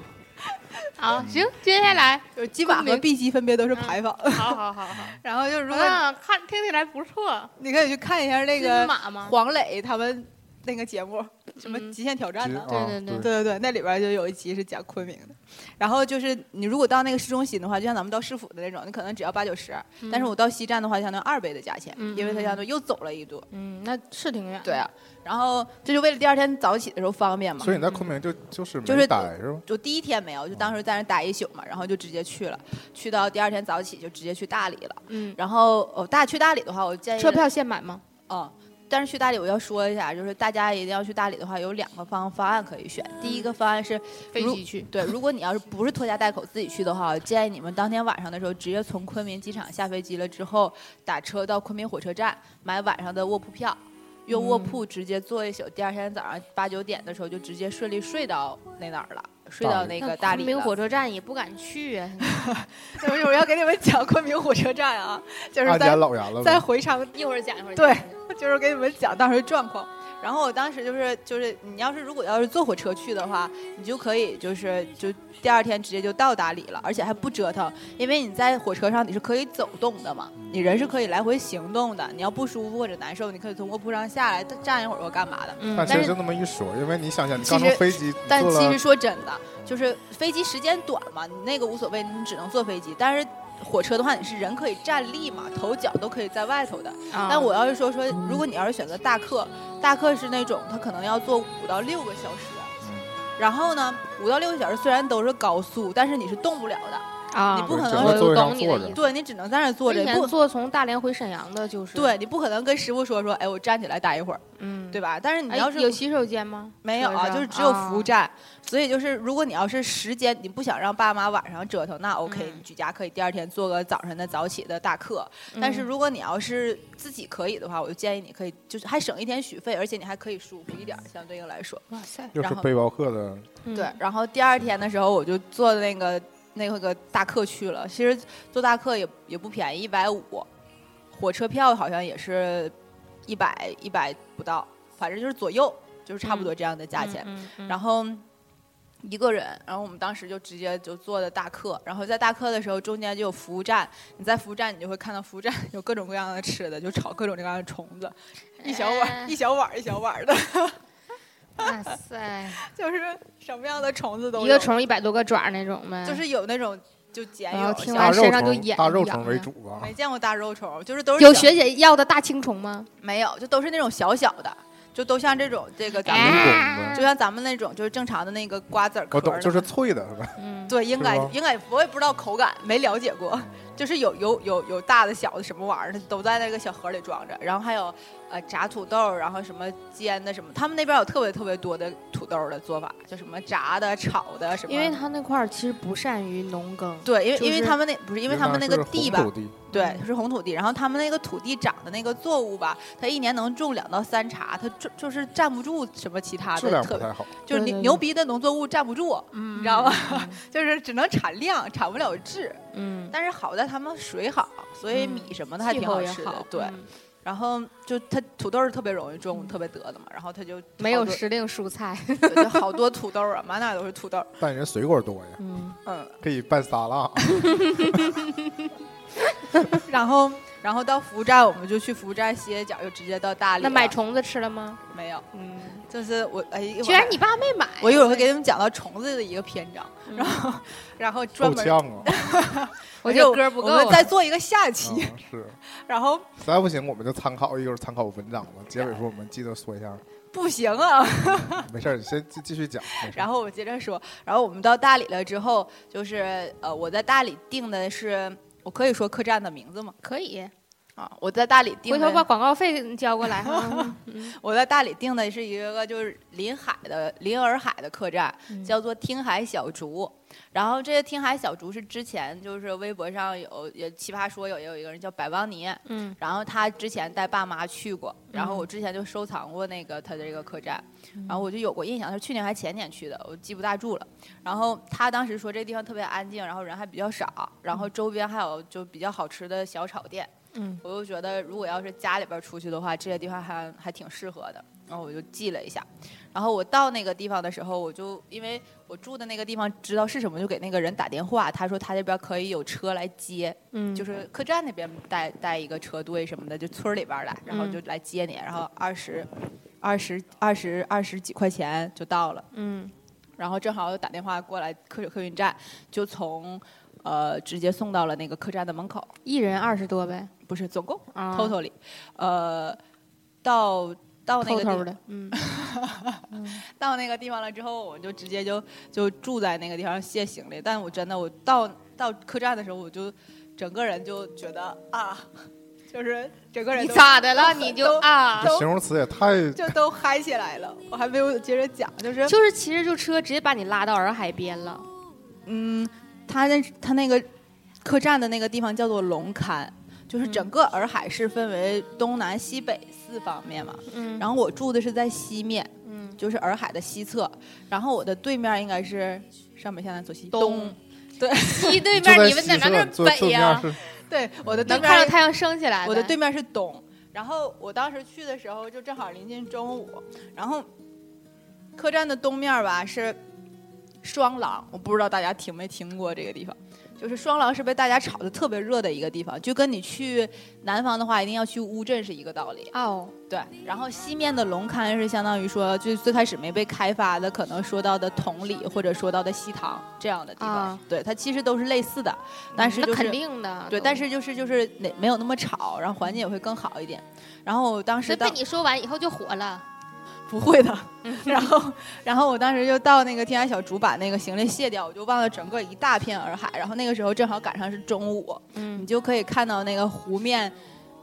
Speaker 3: 啊，行，接下来，
Speaker 4: 就是金马
Speaker 3: 昆
Speaker 4: 和
Speaker 3: 明嗯
Speaker 4: 碧鸡分别都是牌坊。 [LAUGHS]
Speaker 3: 好好好好，
Speaker 4: 然后就如
Speaker 3: 如
Speaker 4: 果
Speaker 3: 果看听起来不错，
Speaker 4: 你可以去看一下那
Speaker 3: 金
Speaker 4: 个
Speaker 3: 啊马吗？
Speaker 4: 黄磊他们那个节目，什么
Speaker 3: 嗯
Speaker 4: 极限挑战呢？
Speaker 2: 啊
Speaker 3: 对对对
Speaker 4: 对对对，那里边儿就有一期是讲昆明的。然后就是你如果到那个市中心的话，就像咱们到市府的那种，你可能只要八九十，但是我到西站的话，相当于二倍的价钱，
Speaker 3: 嗯
Speaker 4: 因为它
Speaker 3: 嗯
Speaker 4: 相当于又走了一步。
Speaker 3: 嗯，那是挺远。
Speaker 4: 对，啊，然后这就为了第二天早起的时候方便嘛
Speaker 2: 所。以你在昆明就就是
Speaker 4: 就
Speaker 2: 没
Speaker 4: 是
Speaker 2: 待是吧？
Speaker 4: 就第一天没有，就当时在那待一宿嘛，然后就直接去了，去到第二天早起就直接去大理了。
Speaker 3: 嗯，
Speaker 4: 然后哦，大去大理的话，我建议
Speaker 3: 车票现买吗？
Speaker 4: 嗯，但是去大理我要说一下，就是大家一定要去大理的话，有两个方方案可以选。第一个方案是
Speaker 3: 飞
Speaker 4: 如
Speaker 3: 机去。
Speaker 4: 对，如果你要是不是拖家带口自己去的话，我建议你们当天晚上的时候直接从昆明机场下飞机了之后，打车到昆明火车站买晚上的卧铺票，用
Speaker 3: 嗯
Speaker 4: 卧铺直接坐一宿，第二天早上八九点的时候就直接顺利睡到那哪儿了，睡到那个大理
Speaker 3: 昆明
Speaker 4: 了。
Speaker 3: 火车站也不敢
Speaker 2: [LAUGHS]
Speaker 3: 去啊，
Speaker 4: 对我要给你们讲昆明火车站啊，就
Speaker 2: 按
Speaker 4: 是
Speaker 2: 家
Speaker 4: 在
Speaker 2: 老严了呗，
Speaker 4: 在回昌
Speaker 3: 一会儿讲一会儿讲。
Speaker 4: 对， [LAUGHS] 就是给你们讲当时状况。然后我当时就是就是，你要是如果要是坐火车去的话，你就可以就是就第二天直接就到达里了，而且还不折腾，因为你在火车上你是可以走动的嘛，你人是可以来回行动的。你要不舒服或者难受，你可以从卧铺上下来站一会儿或干嘛的。
Speaker 3: 嗯
Speaker 2: 但其
Speaker 4: 但
Speaker 2: 实
Speaker 4: 是
Speaker 2: 就那么一说，因为你想想，你
Speaker 4: 其
Speaker 2: 刚从
Speaker 4: 实
Speaker 2: 飞机坐
Speaker 4: 但其
Speaker 2: 了
Speaker 4: 实说真的，就是飞机时间短嘛，你那个无所谓，你只能坐飞机。但是火车的话，你是人可以站立嘛，头脚都可以在外头的。
Speaker 3: 啊
Speaker 4: 但我要是说说，如果你要是选择大客，大客是那种他可能要坐五到六个小时，
Speaker 2: 嗯
Speaker 4: 然后呢，五到六个小时虽然都是高速，但是你是动不了的，
Speaker 3: 啊，
Speaker 4: 你不可能
Speaker 2: 整
Speaker 4: 我
Speaker 2: 个座位上
Speaker 3: 懂你
Speaker 2: 坐
Speaker 3: 的
Speaker 2: 着
Speaker 3: 意，思。
Speaker 4: 对你只能在那儿坐
Speaker 3: 我
Speaker 4: 着，
Speaker 3: 以
Speaker 4: 你
Speaker 3: 前
Speaker 4: 不，
Speaker 3: 坐从大连回沈阳的，就是，
Speaker 4: 对你不可能跟师傅说说，哎，我站起来打一会儿，
Speaker 3: 嗯，
Speaker 4: 对
Speaker 3: 吧？
Speaker 4: 吧？但是你
Speaker 3: 哎
Speaker 4: 要是、
Speaker 3: 有洗手间吗？
Speaker 4: 没有
Speaker 3: 车
Speaker 4: 啊，
Speaker 3: 上
Speaker 4: 就是只有服务
Speaker 3: 啊
Speaker 4: 站，所以就是如果你要是时间你不想让爸妈晚上折腾，那 OK，、
Speaker 3: 嗯
Speaker 4: 你居家可以第二天做个早上的早起的大课。但是
Speaker 3: 嗯
Speaker 4: 如果你要是自己可以的话，我就建议你可以就是还省一天许费，而且你还可以舒服一点儿，相对应来说。
Speaker 3: 哇塞，
Speaker 2: 又
Speaker 4: 然
Speaker 2: 是
Speaker 4: 后
Speaker 2: 背包客的，
Speaker 3: 嗯
Speaker 4: 对，然后第二天的时候我就坐那个那个大客去了。其实坐大客也也不便宜，一百五，火车票好像也是一百一百不到，反正就是左右，就是差不多这样的价钱。
Speaker 3: 嗯，嗯
Speaker 4: 然后一个人，然后我们当时就直接就坐的大客，然后在大客的时候中间就有服务站，你在服务站你就会看到服务站有各种各样的吃的，就炒各种各样的虫子，一小碗儿一小碗儿一小碗儿的，
Speaker 3: 嗯哇塞，
Speaker 4: 就是什么样的虫 [LAUGHS] 子都有，
Speaker 3: 一个虫一百多个爪儿那种呗，
Speaker 4: 就是有那种就简
Speaker 3: 我
Speaker 4: 有
Speaker 3: 要听
Speaker 4: 小
Speaker 3: 完
Speaker 2: 大肉
Speaker 3: 身上就
Speaker 2: 虫
Speaker 3: 痒
Speaker 2: 大肉
Speaker 3: 痒
Speaker 2: 虫为
Speaker 3: 痒
Speaker 2: 主吧
Speaker 4: 没，见过大肉虫，就是都是
Speaker 3: 有
Speaker 4: 小
Speaker 3: 学姐要的大青虫吗？
Speaker 4: 没有，就都是那种小小的，就都像这种这个咱们、
Speaker 2: 哎
Speaker 4: 就像咱们那种就是正常的那个瓜子儿壳
Speaker 2: 我
Speaker 4: 儿的
Speaker 2: 懂，
Speaker 4: 那
Speaker 2: 就
Speaker 4: 种，
Speaker 2: 是脆的是吧？
Speaker 3: 嗯，
Speaker 4: 对，应该
Speaker 2: 是吗嗯
Speaker 4: 应该我也不知道口感，没了解过。 [LAUGHS] 就是有有有有大的小的什么玩意儿，都在那个小盒里装着。然后还有呃炸土豆，然后什么煎的什么，他们那边有特别特别多的土豆的做法，就什么炸的、炒的什么。
Speaker 3: 因为它那块儿其实不善于农耕，
Speaker 4: 对，因为、
Speaker 3: 就
Speaker 4: 因为
Speaker 3: 是嗯
Speaker 4: 他们那不是因为他们那个
Speaker 2: 应该是红
Speaker 4: 地吧
Speaker 2: 土，地
Speaker 4: 对，是红土地。然后他们那个土地长的那个作物吧，它一年能种两到三茬，它就就是站不住什么其他
Speaker 2: 质
Speaker 4: 的
Speaker 2: 量不
Speaker 4: 特，
Speaker 2: 太好，
Speaker 4: 就是
Speaker 3: 对
Speaker 4: 牛
Speaker 3: 对
Speaker 4: 牛
Speaker 3: 对
Speaker 4: 逼的农作物站不住，
Speaker 3: 嗯，
Speaker 4: 你知道吗？
Speaker 3: 嗯？
Speaker 4: [LAUGHS] 就是只能产量，产不了质。
Speaker 3: 嗯，
Speaker 4: 但是好在他们水好，所以米什么的还
Speaker 3: 气
Speaker 4: 挺
Speaker 3: 候也
Speaker 4: 吃
Speaker 3: 好
Speaker 4: 的。对，
Speaker 3: 嗯
Speaker 4: 然后就它土豆是特别容易种，特别得的嘛。然后它就
Speaker 3: 没有
Speaker 4: 好多
Speaker 3: 时令蔬
Speaker 4: [LAUGHS]
Speaker 3: 菜，
Speaker 4: 对就好多土豆啊， [LAUGHS] 满哪都是土豆。
Speaker 2: 但人水果多呀，
Speaker 3: 嗯，
Speaker 4: 嗯，
Speaker 2: 可以拌沙拉。
Speaker 4: [LAUGHS] 然后然后到服务站，我们就去服务站歇一脚，就直接到大理了。
Speaker 3: 那买虫子吃了吗？
Speaker 4: 没有？
Speaker 3: 嗯，
Speaker 4: 就是我哎，一会儿
Speaker 3: 居然你爸没买，
Speaker 4: 我一会儿会给你们讲到虫子的一个篇章，
Speaker 3: 嗯
Speaker 4: 然后然后专
Speaker 2: 够
Speaker 4: 门
Speaker 2: 呛
Speaker 4: [LAUGHS]
Speaker 2: 啊！
Speaker 3: 我
Speaker 4: 就
Speaker 3: 这歌不够
Speaker 4: 我
Speaker 3: 了，
Speaker 4: 们再做一个下
Speaker 2: 嗯
Speaker 4: 期。
Speaker 2: 是，
Speaker 4: 然后
Speaker 2: 实在不行我们就参考一会儿参考文章吧。结尾时候我们记得说一下，
Speaker 4: 不行啊，
Speaker 2: 没事儿，你先继继续讲。没事儿
Speaker 4: 然后我接着说，然后我们到大理了之后，就是呃，我在大理定的是，我可以说客栈的名字吗？
Speaker 3: 可以，
Speaker 4: 啊，我在大理定
Speaker 3: 回头把
Speaker 4: 的，
Speaker 3: 广告费交过来
Speaker 4: [LAUGHS]
Speaker 3: 哈。
Speaker 4: 我在大理定的是一个就是临海的临洱海的客栈，
Speaker 3: 嗯
Speaker 4: 叫做听海小竹。然后这些听海小竹是之前就是微博上有也奇葩说有也有一个人叫百汪尼，
Speaker 3: 嗯
Speaker 4: 然后他之前带爸妈去过，然后我之前就收藏过那个他的这个客栈，然后我就有过印象，他是去年还前年去的，我记不大住了。然后他当时说这地方特别安静，然后人还比较少，然后周边还有就比较好吃的小炒店，
Speaker 3: 嗯，
Speaker 4: 我就觉得如果要是家里边儿出去的话，这些地方还还挺适合的。然后我就记了一下，然后我到那个地方的时候，我就因为我住的那个地方知道是什么，就给那个人打电话，他说他这边可以有车来接，
Speaker 3: 嗯，
Speaker 4: 就是客栈那边带带一个车队什么的，就村儿里边儿来，然后
Speaker 3: 嗯
Speaker 4: 就来接你，然后二十、二十、二十、二十几块钱就到了，
Speaker 3: 嗯
Speaker 4: 然后正好又打电话过来客客运站，就从呃直接送到了那个客栈的门口，
Speaker 3: 一人二十多呗，
Speaker 4: 不是总共
Speaker 3: 啊，
Speaker 4: totally，、呃，到到那
Speaker 3: 偷
Speaker 4: 个地
Speaker 3: 偷的，
Speaker 4: [LAUGHS]
Speaker 3: 嗯，
Speaker 4: 到那个地方了之后，我就直接就就住在那个地方卸行李。但我真的，我到到客栈的时候，我就整个人就觉得啊， [LAUGHS] 就是整个人
Speaker 3: 你
Speaker 4: 都
Speaker 3: 咋的了？你就
Speaker 4: 都
Speaker 3: 啊
Speaker 4: 都，
Speaker 2: 这形容词也太
Speaker 4: 就都嗨起来了。我还没有接着讲，就是
Speaker 3: 就是骑着就车直接把你拉到洱海边了。
Speaker 4: 嗯，他那他那个客栈的那个地方叫做龙龛，
Speaker 3: 嗯
Speaker 4: 就是整个洱海是分为东南西北四方面嘛。
Speaker 3: 嗯
Speaker 4: 然后我住的是在西面，
Speaker 3: 嗯，
Speaker 4: 就是洱海的西侧，然后我的对面应该是上北下南左西
Speaker 3: 东
Speaker 4: 对
Speaker 3: 西对
Speaker 2: 就
Speaker 3: 面
Speaker 2: 在
Speaker 3: 你们
Speaker 2: 西
Speaker 3: 在
Speaker 2: 侧
Speaker 3: 那儿
Speaker 2: 坐
Speaker 3: 北
Speaker 2: 对面
Speaker 3: 呀，
Speaker 2: 是
Speaker 4: 对，我的对
Speaker 3: 能
Speaker 4: 面
Speaker 3: 看到太阳升起来。
Speaker 4: 我的对，面是东。然后我当时去的时候就正好临近中午，然后客栈的东面儿吧是双廊，我不知道大家听没听过这个地方。就是双廊是被大家炒的特别热的一个地方，就跟你去南方的话一定要去乌镇是一个道理。
Speaker 3: 哦，
Speaker 4: 对，然后西面的龙龛是相当于说，就最开始没被开发的，可能说到的同里或者说到的西塘这样的地方，
Speaker 3: 啊
Speaker 4: 对它其实都是类似的，但是
Speaker 3: 那
Speaker 4: 就是
Speaker 3: 肯定的，
Speaker 4: 对，
Speaker 3: 都
Speaker 4: 但。是就是就是那没有那么吵，然后环境也会更好一点。然后我当
Speaker 3: 所
Speaker 4: 时
Speaker 3: 以
Speaker 4: 到
Speaker 3: 被你说完以后就火了，
Speaker 4: 不会的。然后，然后我当时就到那个天涯小竹把那个行李卸掉，我就忘了整个一大片洱海。然后那个时候正好赶上是中午，你
Speaker 3: 嗯
Speaker 4: 就可以看到那个湖面，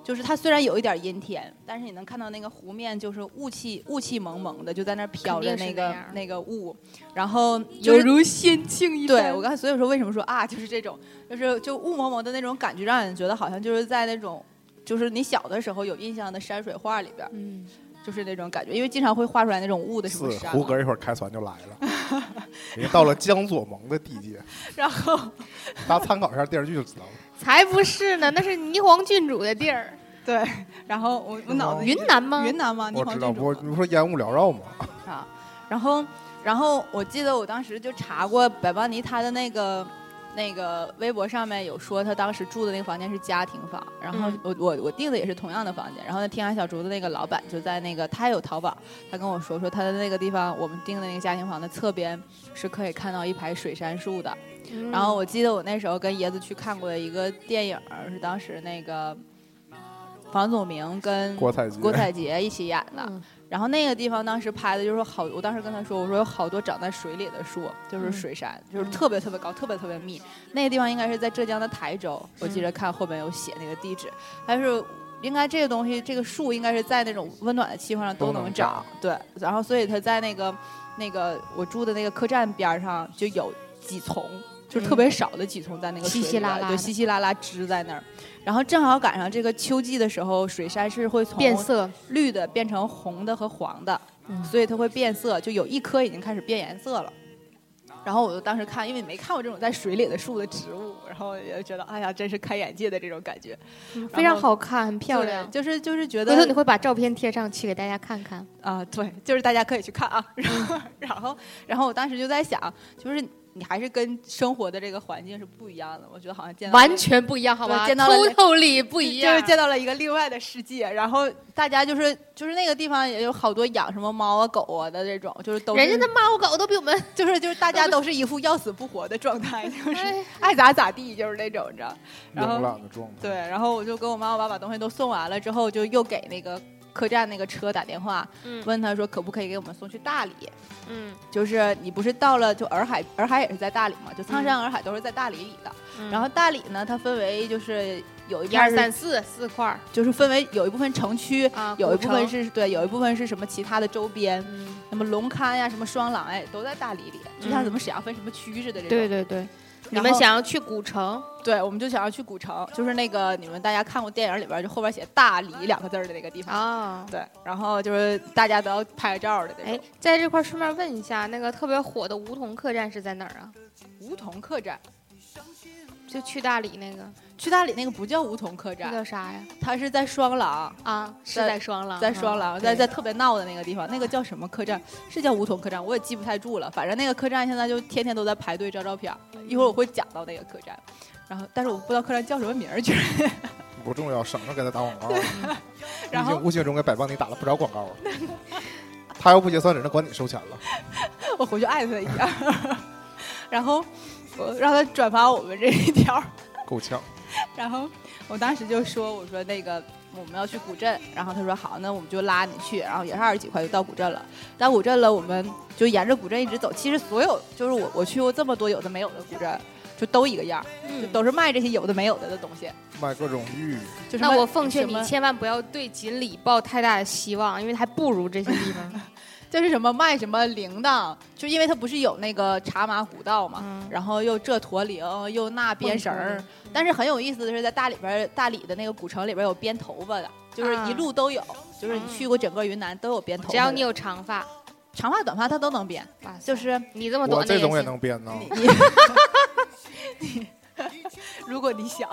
Speaker 4: 就是它虽然有一点阴天，但是你能看到那个湖面就是雾气雾气蒙蒙的，就在那儿飘着
Speaker 3: 肯定
Speaker 4: 那
Speaker 3: 是
Speaker 4: 个
Speaker 3: 那样
Speaker 4: 那个雾，然后
Speaker 3: 犹
Speaker 4: 就是。
Speaker 3: 如啊仙境一
Speaker 4: 对，我刚才所以说为什么说啊，就是这种，就是就雾蒙蒙的那种感觉，让人觉得好像就是在那种，就是你小的时候有印象的山水画里边，
Speaker 3: 嗯，
Speaker 4: 就是那种感觉，因为经常会画出来那种雾的什么
Speaker 2: 是
Speaker 4: 山嘛，
Speaker 2: 胡歌一会儿开船就来了，已经到了江左盟的地界，
Speaker 4: 然后
Speaker 2: 大家参考一下电视剧就知道了。
Speaker 4: 啊
Speaker 3: 才不是呢，那是霓凰郡主的地儿，
Speaker 4: 对，然后我我脑子
Speaker 3: 云南吗？
Speaker 4: 哦云南吗？
Speaker 2: 我知
Speaker 4: 霓凰
Speaker 2: 道，
Speaker 4: 郡
Speaker 2: 不
Speaker 4: 主
Speaker 2: 是不是烟雾缭绕吗？
Speaker 4: 啊，然后然后我记得我当时就查过百邦尼他的那个。那个微博上面有说他当时住的那个房间是家庭房，然后
Speaker 3: 嗯
Speaker 4: 我、我我订的也是同样的房间，然后那天涯小竹的那个老板就在那个他有淘宝，他跟我说说他的那个地方我们订的那个家庭房的侧边是可以看到一排水杉树的，
Speaker 3: 嗯
Speaker 4: 然后我记得我那时候跟椰子去看过的一个电影儿，是当时那个房祖名跟
Speaker 2: 郭采洁，
Speaker 4: 嗯郭采洁一起演的。
Speaker 3: 嗯
Speaker 4: 然后那个地方当时拍的就是好，我当时跟他说，我说有好多长在水里的树，就是
Speaker 3: 嗯
Speaker 4: 水杉，就是特别特别高，特别特别密。那个地方应该是在浙江的台州，我记着看后面有写那个地址，但是。应该这个东西，这个树应该是在那种温暖的气候上
Speaker 2: 都
Speaker 4: 都
Speaker 2: 能
Speaker 4: 能
Speaker 2: 长
Speaker 4: 长，对。然后，所以它在那个那个我住的那个客栈边儿上就有几丛，就是特别少的几丛在那个水
Speaker 3: 稀
Speaker 4: 里
Speaker 3: 稀拉
Speaker 4: 边
Speaker 3: 拉
Speaker 4: 对，
Speaker 3: 的
Speaker 4: 稀稀拉拉支在那儿。然后正好赶上这个秋季的时候，水杉是会从
Speaker 3: 变色，
Speaker 4: 绿的变成红的和黄的，
Speaker 3: 嗯
Speaker 4: 所以它会变色，就有一棵已经开始变颜色了。然后我就当时看，因为没看过这种在水里的树的植物，然后也觉得哎呀，真是开眼界的这种感觉，
Speaker 3: 非常好看，很漂亮。
Speaker 4: 对就是就是觉得
Speaker 3: 回头你会把照片贴上去给大家看看。
Speaker 4: 啊，对，就是大家可以去看啊。然后，然后，然后我当时就在想，就是你还是跟生活的这个环境是不一样的。我觉得好像见到
Speaker 3: 完全不一样，好吧？
Speaker 4: 对见到了
Speaker 3: totally 不一样，
Speaker 4: 就是见到了一个另外的世界。然后大家就是就是那个地方也有好多养什么猫啊狗啊的这种，就是都是
Speaker 3: 人家的猫狗都比我们，
Speaker 4: 就是就是
Speaker 3: [LAUGHS]
Speaker 4: 大家都是一副要死不活的状态，就是
Speaker 3: 哎，
Speaker 4: 爱咋咋地，就是那种，你知道。然后
Speaker 2: 慵懒的状态。
Speaker 4: 嗯对，然后我就跟我妈我爸把东西都送完了之后，就又给那个客栈那个车打电话，
Speaker 3: 嗯
Speaker 4: 问他说可不可以给我们送去大理。
Speaker 3: 嗯
Speaker 4: 就是你不是到了就洱海，洱海也是在大理嘛，就苍山、洱海都是在大理里的。
Speaker 3: 嗯
Speaker 4: 然后大理呢，它分为就是有一
Speaker 3: 一
Speaker 4: 片
Speaker 3: 二
Speaker 4: 是
Speaker 3: 三四四块儿
Speaker 4: 就是分为有一部分城区，
Speaker 3: 啊，
Speaker 4: 有一
Speaker 3: 古
Speaker 4: 部分
Speaker 3: 城，
Speaker 4: 是对，有一部分是什么其他的周边，
Speaker 3: 嗯，
Speaker 4: 那么龙龛呀、什么双廊哎，都在大理里，就像
Speaker 3: 嗯
Speaker 4: 咱们沈阳分什么区似的这种。
Speaker 3: 对对对，你
Speaker 4: 然
Speaker 3: 们
Speaker 4: 后
Speaker 3: 想要去古城，
Speaker 4: 对，我们就想要去古城，就是那个你们大家看过电影里边儿就后边写“大理”两个字儿的那个地方。
Speaker 3: 啊。
Speaker 4: 对，然后就是大家都要拍照的那
Speaker 3: 哎
Speaker 4: 种。，
Speaker 3: 在这块儿顺便问一下，那个特别火的梧桐客栈是在哪儿啊？
Speaker 4: 梧桐客栈，
Speaker 3: 就去大理那个，
Speaker 4: 去大理那个不叫梧桐客
Speaker 3: 那
Speaker 4: 栈，
Speaker 3: 叫啥呀？
Speaker 4: 它是在双廊，
Speaker 3: 啊，是
Speaker 4: 在
Speaker 3: 在双廊，
Speaker 4: 在双廊，
Speaker 3: 嗯
Speaker 4: 在在
Speaker 3: 对
Speaker 4: 特别闹的那个地方，那个叫什么客栈？是叫梧桐客栈，我也记不太住了。反正那个客栈现在就天天都在排队照照片儿，一会儿我会讲到那个客栈。然后，但是我不知道客栈叫什么名儿，居
Speaker 3: [LAUGHS]
Speaker 4: 然。
Speaker 2: 不重要，省着给他打广
Speaker 4: [LAUGHS]
Speaker 2: 告。啊
Speaker 4: 然
Speaker 2: 毕
Speaker 4: 后
Speaker 2: 竟无形中给百邦尼打了不少广告啊。 [LAUGHS] 他要不结算，只能管你收钱了。
Speaker 4: 我回去艾特他一下， [LAUGHS] 然后我让他转发我们这一条儿。
Speaker 2: 够呛，
Speaker 4: 然后我当时就说：“我说那个我们要去古镇。”然后他说：“好，那我们就拉你去。”然后也是二十几块就到古镇了。到古镇了，我们就沿着古镇一直
Speaker 3: 嗯
Speaker 4: 走。其实所有就是我我去过这么多有的没有的古镇，就都一个样儿，就
Speaker 3: 嗯。
Speaker 4: 都是卖这些有的没有的的东西。
Speaker 2: 卖各种玉，
Speaker 4: 就是
Speaker 3: 那
Speaker 4: 卖
Speaker 3: 我奉劝
Speaker 4: 什
Speaker 3: 你
Speaker 4: 么
Speaker 3: 千万不要对锦里抱太大的希望，因为还不如这些地方。 [LAUGHS]
Speaker 4: 就是什么卖什么铃铛，就因为它不是有那个茶马古道嘛，
Speaker 3: 嗯
Speaker 4: 然后又这驼铃，又那编绳
Speaker 3: 蹦
Speaker 4: 儿
Speaker 3: 驼。
Speaker 4: 但是很有意思的是，在大理边儿大理的那个古城里边儿有编头发的，就是
Speaker 3: 啊
Speaker 4: 一路都有，就是你去过整个云南都有编头发的。
Speaker 3: 只要你有长发，
Speaker 4: 长发短发，它都能编，
Speaker 3: 哇塞
Speaker 4: 就是
Speaker 3: 你这么
Speaker 2: 我
Speaker 3: 短的
Speaker 2: 这种也
Speaker 3: 行
Speaker 2: 能编呢。
Speaker 4: 你你你如果你想，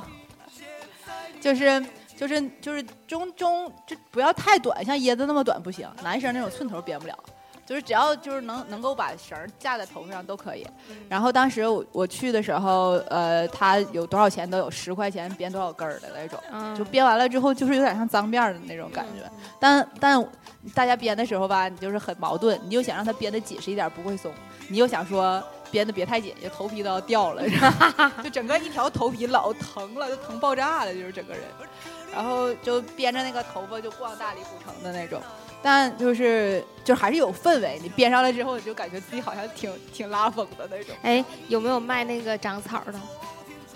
Speaker 4: 就是。就是就是中中就不要太短，像椰子那么短不行，男生那种寸头编不了。就是只要就是能能够把绳儿架在头发上都可以。然后当时我我去的时候，呃，他有多少钱都有，十块钱编多少根儿的那种。
Speaker 3: 嗯
Speaker 4: 就编完了之后，就是有点像脏辫儿的那种感觉。但但大家编的时候吧，你就是很矛盾，你又想让它编的紧实一点，不会松；你又想说编的别太紧，就头皮都要掉了，是吧 [LAUGHS] 就整个一条头皮老疼了，就疼爆炸了，就是整个人。然后就编着那个头发就逛大理古城的那种，但就是就还是有氛围，你编上来之后，你就感觉自己好像挺挺拉风的那种。
Speaker 3: 哎，有没有卖那个长草的？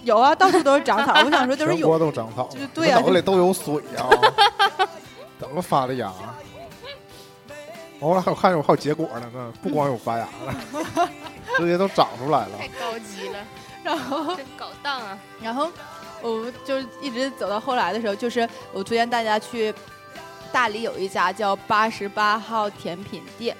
Speaker 4: 有啊，到处都是长草。我想说，就是
Speaker 2: 全 [LAUGHS]
Speaker 4: 有
Speaker 2: 国都长草，
Speaker 4: 就是对啊
Speaker 2: 脑子里都有水啊，
Speaker 4: [LAUGHS]
Speaker 2: 怎么发的芽？完了还有看见我还有结果呢，那不光有发芽了，直接都长出来了。
Speaker 3: 高级了，
Speaker 4: 然后
Speaker 3: 真搞档啊！
Speaker 4: 然后我就一直走到后来的时候，就是我推荐大家去大理有一家叫八十八号甜品店。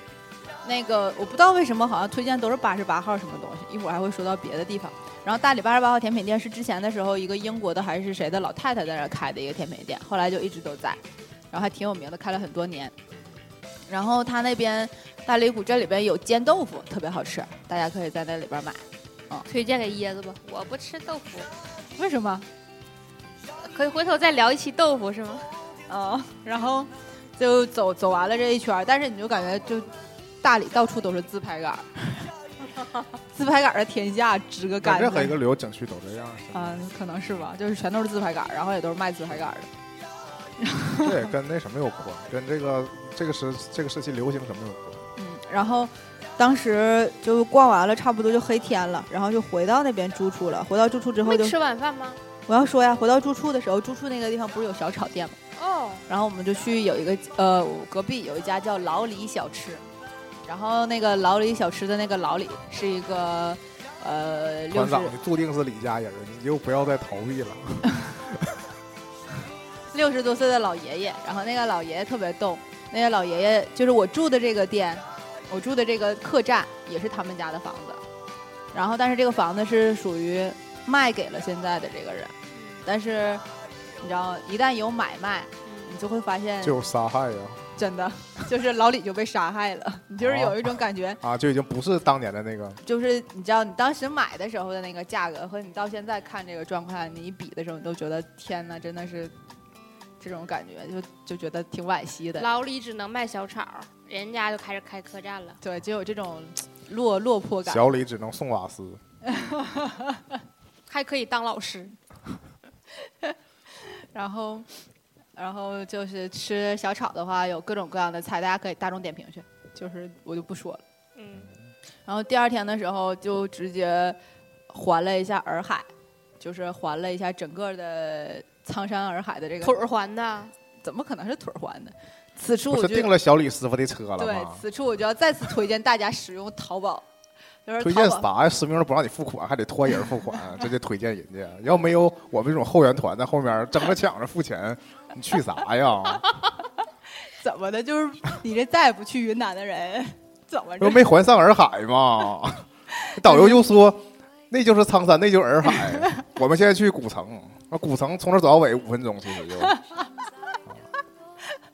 Speaker 4: 那个我不知道为什么好像推荐都是八十八号什么东西，一会儿还会说到别的地方。然后大理八十八号甜品店是之前的时候一个英国的还是谁的老太太在那儿开的一个甜品店，后来就一直都在，然后还挺有名的，开了很多年。然后他那边大理古镇里边有煎豆腐，特别好吃，大家可以在那里边买。
Speaker 3: 推荐给椰子吧，我不吃豆腐，
Speaker 4: 为什么？
Speaker 3: 可以回头再聊一期豆腐是吗？
Speaker 4: 啊、然后就走走完了这一圈儿，但是你就感觉就大理到处都是自拍杆儿，自拍杆儿的天下，值个
Speaker 2: 在
Speaker 4: 干
Speaker 2: 任何一
Speaker 4: 净。
Speaker 2: 个旅游景区都这样，
Speaker 4: 啊、可能是吧，就是全都是自拍杆儿，然后也都是卖自拍杆儿的。
Speaker 2: 这也跟那什么有关，跟这个这个时这个时期流行什么有关。
Speaker 4: 嗯，然后当时就逛完了，差不多就黑天了，然后就回到那边住处了。回到住处之后
Speaker 3: 没
Speaker 4: 就，
Speaker 3: 吃晚饭吗？
Speaker 4: 我要说呀，回到住处的时候，住处那个地方不是有小炒店吗？
Speaker 3: 哦，
Speaker 4: 然后我们就去有一个呃隔壁有一家叫老李小吃，然后那个老李小吃的那个老李是一个呃
Speaker 2: 团
Speaker 4: 六十
Speaker 2: 长，你注定是李家人，你就不要再逃避了。
Speaker 4: 六十多岁的老爷爷，然后那个老爷爷特别逗，那个老爷爷就是我住的这个店，我住的这个客栈也是他们家的房子，然后但是这个房子是属于卖给了现在的这个人，但是你知道一旦有买卖，
Speaker 3: 嗯
Speaker 4: 你就会发现
Speaker 2: 就有杀害啊呀、
Speaker 4: 真的 [LAUGHS] 就是老李就被杀害了，你
Speaker 2: 哦
Speaker 4: 就是有一种感觉。
Speaker 2: 啊，就已经不是当年的那个
Speaker 4: 就是你知道你当时买的时候的那个价格和你到现在看这个状况，你一比的时候，你都觉得天呐，真的是这种感觉，就就觉得挺惋惜的。
Speaker 3: 老李只能卖小炒，人家就开始开客栈了。
Speaker 4: 对，就有这种落落魄感。
Speaker 2: 小李只能送瓦斯。
Speaker 3: 还可以当老师，
Speaker 4: 然后，然后就是吃小炒的话，有各种各样的菜，大家可以大众点评去，就是我就不说了。
Speaker 3: 嗯，
Speaker 4: 然后第二天的时候就直接环了一下洱海，就是环了一下整个的苍山洱海的这个
Speaker 3: 腿儿还的，
Speaker 4: 怎么可能是腿儿环的？此处
Speaker 2: 不
Speaker 4: 我
Speaker 2: 是
Speaker 4: 就
Speaker 2: 订了小李师傅的车了
Speaker 4: 对
Speaker 2: 吗，？
Speaker 4: 此处我就要再次推荐大家使用淘宝，就是
Speaker 2: 推荐
Speaker 4: 淘宝。
Speaker 2: 啥呀？实名都不让你付款，还得托人付款，直接推荐人家。要没有我们这种后援团在后面争着抢着付钱，你去啥呀？
Speaker 4: 怎么的？就是你这再也不去云南的人，怎么
Speaker 2: 又
Speaker 4: 着？
Speaker 2: 没还上洱海嘛。导游就说，那就是苍山，那就是洱海。我们现在去古城，那古城从这走到尾五分钟，其实就。啊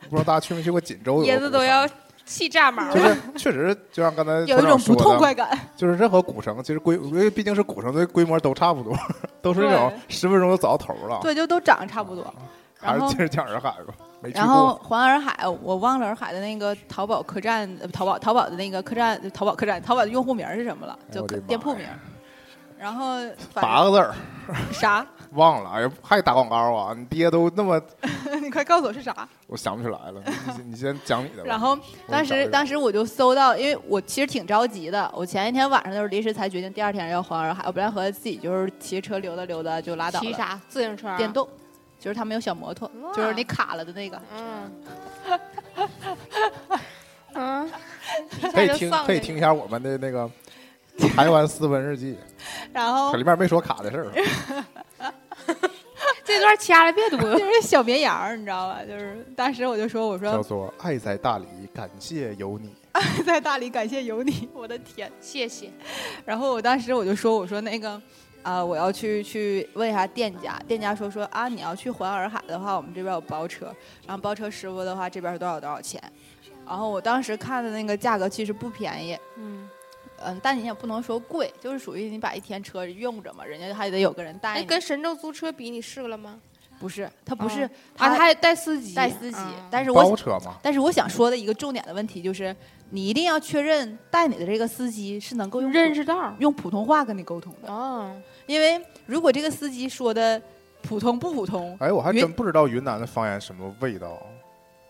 Speaker 2: 不知道大家去没去过锦州？
Speaker 3: 椰子都要气炸毛
Speaker 2: 就
Speaker 3: 了。
Speaker 2: 是确实就像刚才
Speaker 4: 有一
Speaker 2: 团长
Speaker 4: 种不
Speaker 2: 说的啊
Speaker 4: 痛快感。
Speaker 2: 就是任何古城，其实规因为毕竟是古城，所以规模都差不多，都是那种十分钟就走到头了。
Speaker 4: 对，就都长得差不多。
Speaker 2: 啊还
Speaker 4: 然
Speaker 2: 是
Speaker 4: 后
Speaker 2: 接着讲洱海吧，没去
Speaker 4: 然后
Speaker 2: 过。
Speaker 4: 环洱海，我忘了洱海的那个淘宝客栈，呃淘宝淘宝的那个客栈，淘宝客栈，淘宝的用户名是什么了？
Speaker 2: 哎
Speaker 4: 就
Speaker 2: 我的妈呀
Speaker 4: 店铺名。然后
Speaker 2: 八
Speaker 4: 反
Speaker 2: 个字儿
Speaker 4: 正啥？ [LAUGHS]
Speaker 2: 忘了，哎呀，还打广告啊！你爹都那么，
Speaker 4: 你快告诉我是啥？
Speaker 2: 我想不起来了。你先你先讲你的吧。
Speaker 4: 然后
Speaker 2: 我
Speaker 4: 当
Speaker 2: 找一
Speaker 4: 时
Speaker 2: 找
Speaker 4: 当时我就搜到，因为我其实挺着急的，我前一天晚上就是临时才决定第二天要环洱海，我本来合计自己就是骑车溜达溜达就拉倒
Speaker 3: 骑
Speaker 4: 了。
Speaker 3: 啥？自行车啊？
Speaker 4: 电动，就是他们有小摩托，
Speaker 3: 哇
Speaker 4: 就是你卡了的那个。
Speaker 3: 嗯。 [LAUGHS] 嗯，
Speaker 2: 可以
Speaker 3: 一下就
Speaker 2: 听
Speaker 3: 丧
Speaker 2: 可以
Speaker 3: 了
Speaker 2: 听一下我们的那个台湾私奔日记，
Speaker 4: 然后
Speaker 2: 它里面没说卡的事儿。啊
Speaker 3: 这段掐了别读。 [LAUGHS]
Speaker 4: 就是小绵羊儿，你知道吧？就是当时我就说，我
Speaker 2: 叫
Speaker 4: 说
Speaker 2: 做《爱在大理》，感谢有你。
Speaker 4: 在大理感谢有你，我的天！
Speaker 3: 谢谢。
Speaker 4: 然后我当时我就说，我说那个啊、我要去去问一下店家，店家说说啊，你要去环洱海的话，我们这边有包车，然后包车师傅的话，这边是多少多少钱？然后我当时看的那个价格其实不便宜，
Speaker 3: 嗯，
Speaker 4: 嗯，但你也不能说贵，就是属于你把一天车用着嘛，人家还得有个人带
Speaker 3: 哎，
Speaker 4: 你。
Speaker 3: 跟神州租车比，你试了吗？
Speaker 4: 不是，他不是，
Speaker 3: 啊啊，他
Speaker 4: 他
Speaker 3: 还带司机，
Speaker 4: 带司机，啊
Speaker 3: 嗯
Speaker 4: 但是我
Speaker 2: 包车嘛，
Speaker 4: 但是我想说的一个重点的问题就是，你一定要确认带你的这个司机是能够用普
Speaker 3: 认识道。
Speaker 4: 用普通话跟你沟通的，
Speaker 3: 哦，
Speaker 4: 因为如果这个司机说的普通不普通，
Speaker 2: 哎，我还
Speaker 4: 云
Speaker 2: 真不知道云南的方言什么味道。啊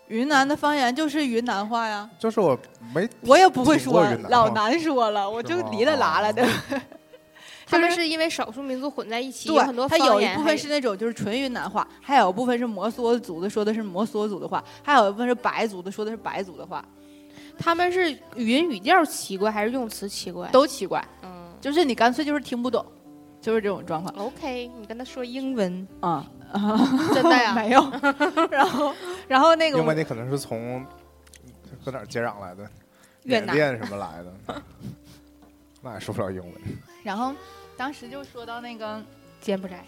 Speaker 4: 云南的方言就是云南话呀，
Speaker 2: 就是我没
Speaker 4: 我也不会
Speaker 2: 听过
Speaker 4: 说
Speaker 2: 云南，话哦
Speaker 4: 老难说了，我就离了拉了的。
Speaker 3: 他们
Speaker 4: 就是
Speaker 3: 因为少数民族混在一起，有很多
Speaker 4: 对，它
Speaker 3: 方
Speaker 4: 有一
Speaker 3: 言
Speaker 4: 部
Speaker 3: 还
Speaker 4: 分是那种就是纯云南话，还有一部分是摩梭族的说的是摩梭族的话，还有一部分是白族的说的是白族的话，
Speaker 3: 他们是语音语调奇怪还是用词奇怪？
Speaker 4: 都奇怪，
Speaker 3: 嗯
Speaker 4: 就是你干脆就是听不懂，就是这种状况。
Speaker 3: ，OK，你跟他说英文，
Speaker 4: 啊、
Speaker 3: 真的呀？
Speaker 4: [LAUGHS] 没有。然后，然后那个
Speaker 2: 英
Speaker 4: 我
Speaker 2: 文你可能是从搁哪儿接壤来的，
Speaker 3: 越
Speaker 2: 缅
Speaker 3: 南
Speaker 2: 甸什么来的， [LAUGHS] 那也说不了英文。
Speaker 4: 然后当时就说到那个，
Speaker 3: 柬埔寨，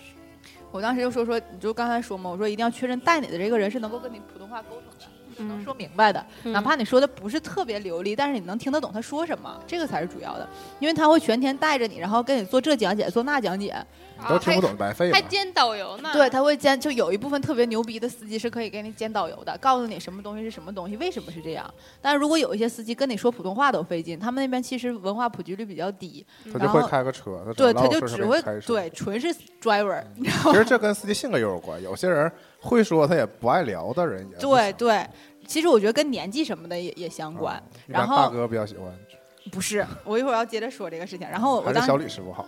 Speaker 4: 我当时就说说，你就刚才说嘛，我说一定要确认带你的这个人是能够跟你普通话沟通的，是能说明白的，
Speaker 3: 嗯
Speaker 4: 哪怕你说的不是特别流利，但是你能听得懂他说什么，这个才是主要的，因为他会全天带着你，然后跟你做这讲解，做那讲解，
Speaker 2: 你都听不懂，白费
Speaker 3: 啊还
Speaker 2: 了。
Speaker 3: 兼导游呢。
Speaker 4: 对，他会兼就有一部分特别牛逼的司机是可以给你兼导游的，告诉你什么东西是什么东西，为什么是这样。但是如果有一些司机跟你说普通话都费劲，他们那边其实文化普及率比较低，
Speaker 2: 他就
Speaker 4: 然
Speaker 2: 会
Speaker 4: 后
Speaker 2: 开个车，他
Speaker 4: 对，
Speaker 2: 找
Speaker 4: 他
Speaker 2: 到
Speaker 4: 就
Speaker 2: 事儿
Speaker 4: 只
Speaker 2: 给
Speaker 4: 会
Speaker 2: 开车
Speaker 4: 对，纯是 driver，
Speaker 2: 其实这跟司机性格也有关。有些人会说，他也不爱聊的人也不
Speaker 4: 对
Speaker 2: 行
Speaker 4: 对。其实我觉得跟年纪什么的也也相关，
Speaker 2: 啊一
Speaker 4: 然
Speaker 2: 般
Speaker 4: 后
Speaker 2: 大哥比较喜欢，
Speaker 4: 不是。我一会儿要接着说这个事情。然后我
Speaker 2: 还
Speaker 4: 我
Speaker 2: 是
Speaker 4: 当
Speaker 2: 小李师傅
Speaker 4: [LAUGHS]
Speaker 2: 好。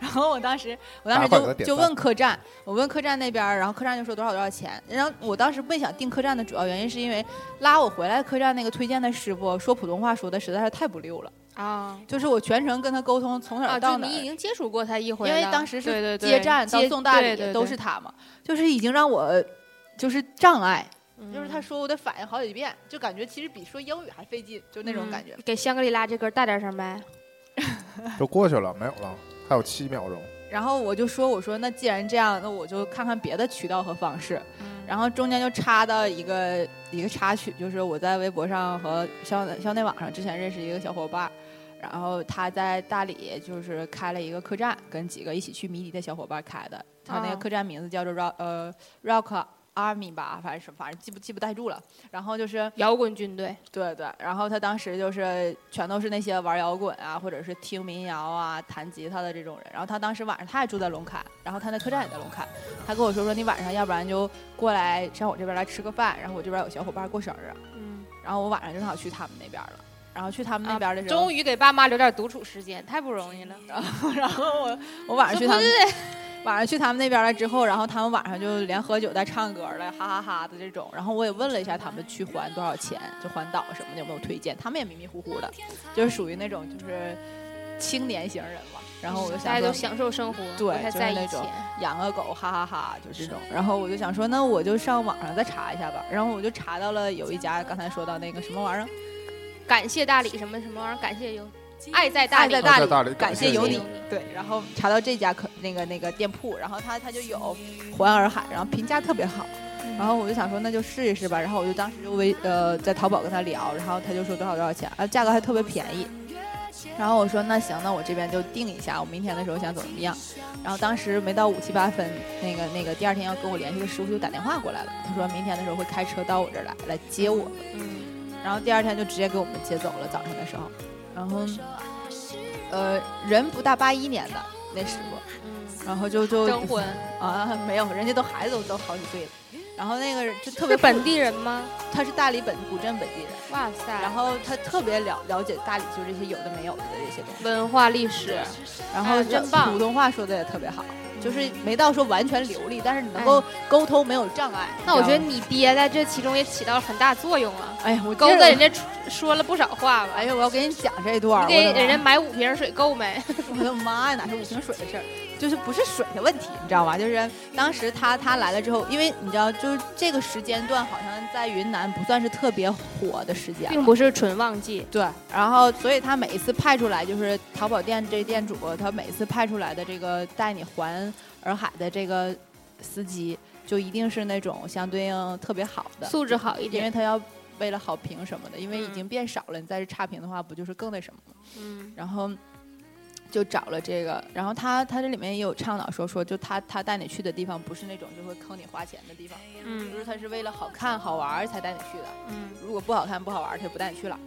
Speaker 4: 然后我当时，我
Speaker 2: 大
Speaker 4: 当
Speaker 2: 家
Speaker 4: 时
Speaker 2: 快给他
Speaker 4: 就
Speaker 2: 点
Speaker 4: 就
Speaker 2: 赞
Speaker 4: 问客栈，我问客栈那边儿，然后客栈就说多少多少钱。然后我当时没想订客栈的主要原因是因为拉我回来客栈那个推荐的师傅说普通话说的实在是太不溜了，
Speaker 3: 啊
Speaker 4: 就是我全程跟他沟通从哪
Speaker 3: 啊，
Speaker 4: 儿
Speaker 3: 就
Speaker 4: 到哪
Speaker 3: 你已
Speaker 4: 儿。
Speaker 3: 经接触过他一回
Speaker 4: 因
Speaker 3: 了，
Speaker 4: 为当时
Speaker 3: 对
Speaker 4: 是
Speaker 3: 对对
Speaker 4: 接站到
Speaker 3: 接
Speaker 4: 送大
Speaker 3: 对
Speaker 4: 理
Speaker 3: 对
Speaker 4: 都
Speaker 3: 对
Speaker 4: 是他嘛，就是已经让我就是障碍，
Speaker 3: 嗯
Speaker 4: 就是他说我得反应好几遍，就感觉其实比说英语还费劲，就那种感觉
Speaker 3: 嗯。给香格里拉这歌带点声呗。
Speaker 2: 都过去了，没有了，还有七秒钟。
Speaker 4: 然后我就说我说那既然这样，那我就看看别的渠道和方式。然后中间就插到一个一个插曲，就是我在微博上和校内校内网上之前认识一个小伙伴儿，然后他在大理就是开了一个客栈，跟几个一起去迷笛的小伙伴儿开的，他那
Speaker 3: 哦
Speaker 4: 个客栈名字叫做 Rock 呃 Rock Army 吧，反正什么反正记不记不太住了。然后就是
Speaker 3: 摇滚军队，
Speaker 4: 对对，然后他当时就是全都是那些玩摇滚啊，或者是听民谣啊、弹吉他的这种人。然后他当时晚上他也住在龙坎，然后他的客栈也在龙坎。他跟我说说你晚上要不然就过来上我这边来吃个饭，然后我这边有小伙伴过生日，啊
Speaker 3: 嗯，
Speaker 4: 然后我晚上正好去他们那边了。然后去他们那边的时候，
Speaker 3: 啊终于给爸妈留点独处时间，太不容易了。
Speaker 4: 然后我我晚上去他们晚上去他们那边了之后，然后他们晚上就连喝酒带唱歌了，哈哈哈的这种。然后我也问了一下他们去环多少钱，就环岛什么的有没有推荐，他们也迷迷糊糊的，就是属于那种就是青年型人嘛。然后我就
Speaker 3: 大家
Speaker 4: 想
Speaker 3: 都
Speaker 4: 说
Speaker 3: 享受生活，
Speaker 4: 对
Speaker 3: 不太
Speaker 4: 就是
Speaker 3: 在意
Speaker 4: 那
Speaker 3: 钱
Speaker 4: 种。养个狗，哈哈哈就这种。然后我就想说，那我就上网上再查一下吧。然后我就查到了有一家刚才说到那个什么玩意儿，
Speaker 3: 感谢大理什么什么玩意儿，感谢有爱在大
Speaker 4: 爱
Speaker 3: 理，
Speaker 4: 在
Speaker 2: 大
Speaker 4: 理，
Speaker 2: 理大理
Speaker 4: 感
Speaker 2: 感
Speaker 4: 谢
Speaker 2: 谢
Speaker 4: 有
Speaker 2: 有
Speaker 4: 你
Speaker 2: 你。
Speaker 4: 对，然后查到这家可那个那个店铺，然后它它就有环洱海，然后评价特别好。然后我就想说，那就试一试吧。然后我就当时就微呃在淘宝跟他聊，然后他就说多少多少钱，啊，价格还特别便宜。然后我说那行，那我这边就定一下，我明天的时候想怎么怎么样。然后当时没到五七八分，那个那个第二天要跟我联系的师傅就打电话过来了，他说明天的时候会开车到我这儿来来接我。
Speaker 3: 嗯，
Speaker 4: 然后第二天就直接给我们接走了，早上的时候。然后，呃，人不大，八一年的那师傅，
Speaker 3: 嗯
Speaker 4: 然后就就
Speaker 3: 征婚，
Speaker 4: [LAUGHS] 啊，没有，人家都孩子都都好几岁了。然后那个人就特别
Speaker 3: 是本地人吗？
Speaker 4: 他是大理本古镇本地人，
Speaker 3: 哇塞，
Speaker 4: 然后他特别了了解大理，就这些有的没有的这些东西。
Speaker 3: 文化历史，哎
Speaker 4: 然后
Speaker 3: 呀真棒
Speaker 4: 普通话说的也特别好，就是没到说完全流利，但是你能够沟通没有障碍。
Speaker 3: 哎那我觉得
Speaker 4: 你
Speaker 3: 你爹在这其中也起到了很大作用啊，
Speaker 4: 知道吗，哎呀，我
Speaker 3: 勾
Speaker 4: 接着
Speaker 3: 搭人家出说了不少话吧
Speaker 4: 哎。呀，我要给你讲这一段儿，
Speaker 3: 你给
Speaker 4: 我的妈
Speaker 3: 人家买五瓶水够没？
Speaker 4: [LAUGHS] 我的妈呀，哪是五瓶水的事儿，就是不是水的问题，你知道吗？就是当时他他来了之后，因为你知道，就是这个时间段好像在云南不算是特别火的时间，
Speaker 3: 并不是纯旺季，
Speaker 4: 对，然后所以他每一次派出来，就是淘宝店这店主，他每一次派出来的这个带你环洱海的这个司机，就一定是那种相对应特别好的，
Speaker 3: 素质好一
Speaker 4: 因为
Speaker 3: 点。
Speaker 4: 他要为了好评什么的，因为已
Speaker 3: 嗯
Speaker 4: 经变少了，你再是差评的话，不就是更那什么吗？
Speaker 3: 嗯，
Speaker 4: 然后就找了这个，然后他他这里面也有倡导说说，就他他带你去的地方不是那种就会坑你花钱的地方，就
Speaker 3: 嗯
Speaker 4: 是他是为了好看好玩儿才带你去的，
Speaker 3: 嗯，
Speaker 4: 如果不好看不好玩儿，他就不带你去了。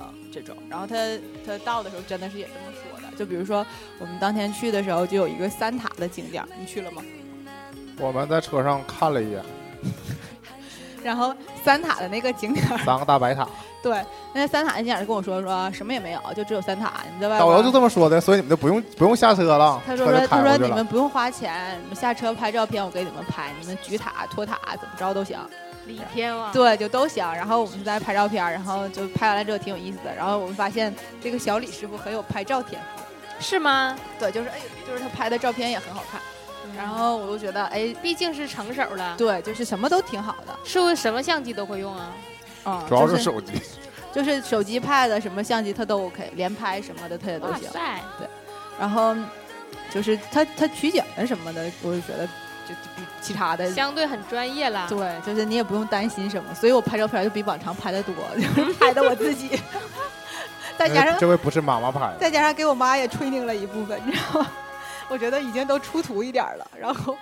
Speaker 4: 啊，这种，然后他他到的时候真的是也这么说的，就比如说我们当天去的时候，就有一个三塔的景点儿，你去了吗？
Speaker 2: 我们在车上看了一眼，
Speaker 4: 然后三塔的那个景点儿， [LAUGHS]
Speaker 2: 三个大白塔，
Speaker 4: 对，那三塔那景点儿就跟我说说什么也没有，就只有三塔，你们在外
Speaker 2: 导游就
Speaker 4: 边儿
Speaker 2: 这么说的，所以你们就不用不用下车了。
Speaker 4: 他
Speaker 2: 车
Speaker 4: 说说
Speaker 2: 就
Speaker 4: 他
Speaker 2: 开过
Speaker 4: 说
Speaker 2: 去
Speaker 4: 你
Speaker 2: 了
Speaker 4: 们不用花钱，你们下车拍照片，我给你们拍，你们举塔、托塔怎么着都
Speaker 3: 啊
Speaker 4: 行。
Speaker 3: 李天王，
Speaker 4: 对，就都行。然后我们就在那拍照片儿，然后就拍完了之后挺有意思的。然后我们发现这个小李师傅很有拍照天赋，
Speaker 3: 是吗？
Speaker 4: 对，就是哎，就是他拍的照片也很好看。然后我就觉得哎，
Speaker 3: 毕竟是成手了，
Speaker 4: 对，就是什么都挺好的
Speaker 3: 是不是什么相机都会用啊？
Speaker 4: 啊、嗯
Speaker 2: 主要
Speaker 4: 就是
Speaker 2: 手机，
Speaker 4: 就是手机、pad 什么相机他都 OK，连拍什么的他也都
Speaker 3: 哇
Speaker 4: 行。
Speaker 3: 塞，
Speaker 4: 然后就是他他取景什么的，我就觉得就就比其他的
Speaker 3: 相对很专业了。
Speaker 4: 对，就是你也不用担心什么，所以我拍照片就比往常拍的多，就是拍的我自己， [LAUGHS] 再加上
Speaker 2: 这回不是妈妈拍的，
Speaker 4: 再加上给我妈也吹拧了一部分，你知道吗？我觉得已经都出图一点儿了，然后。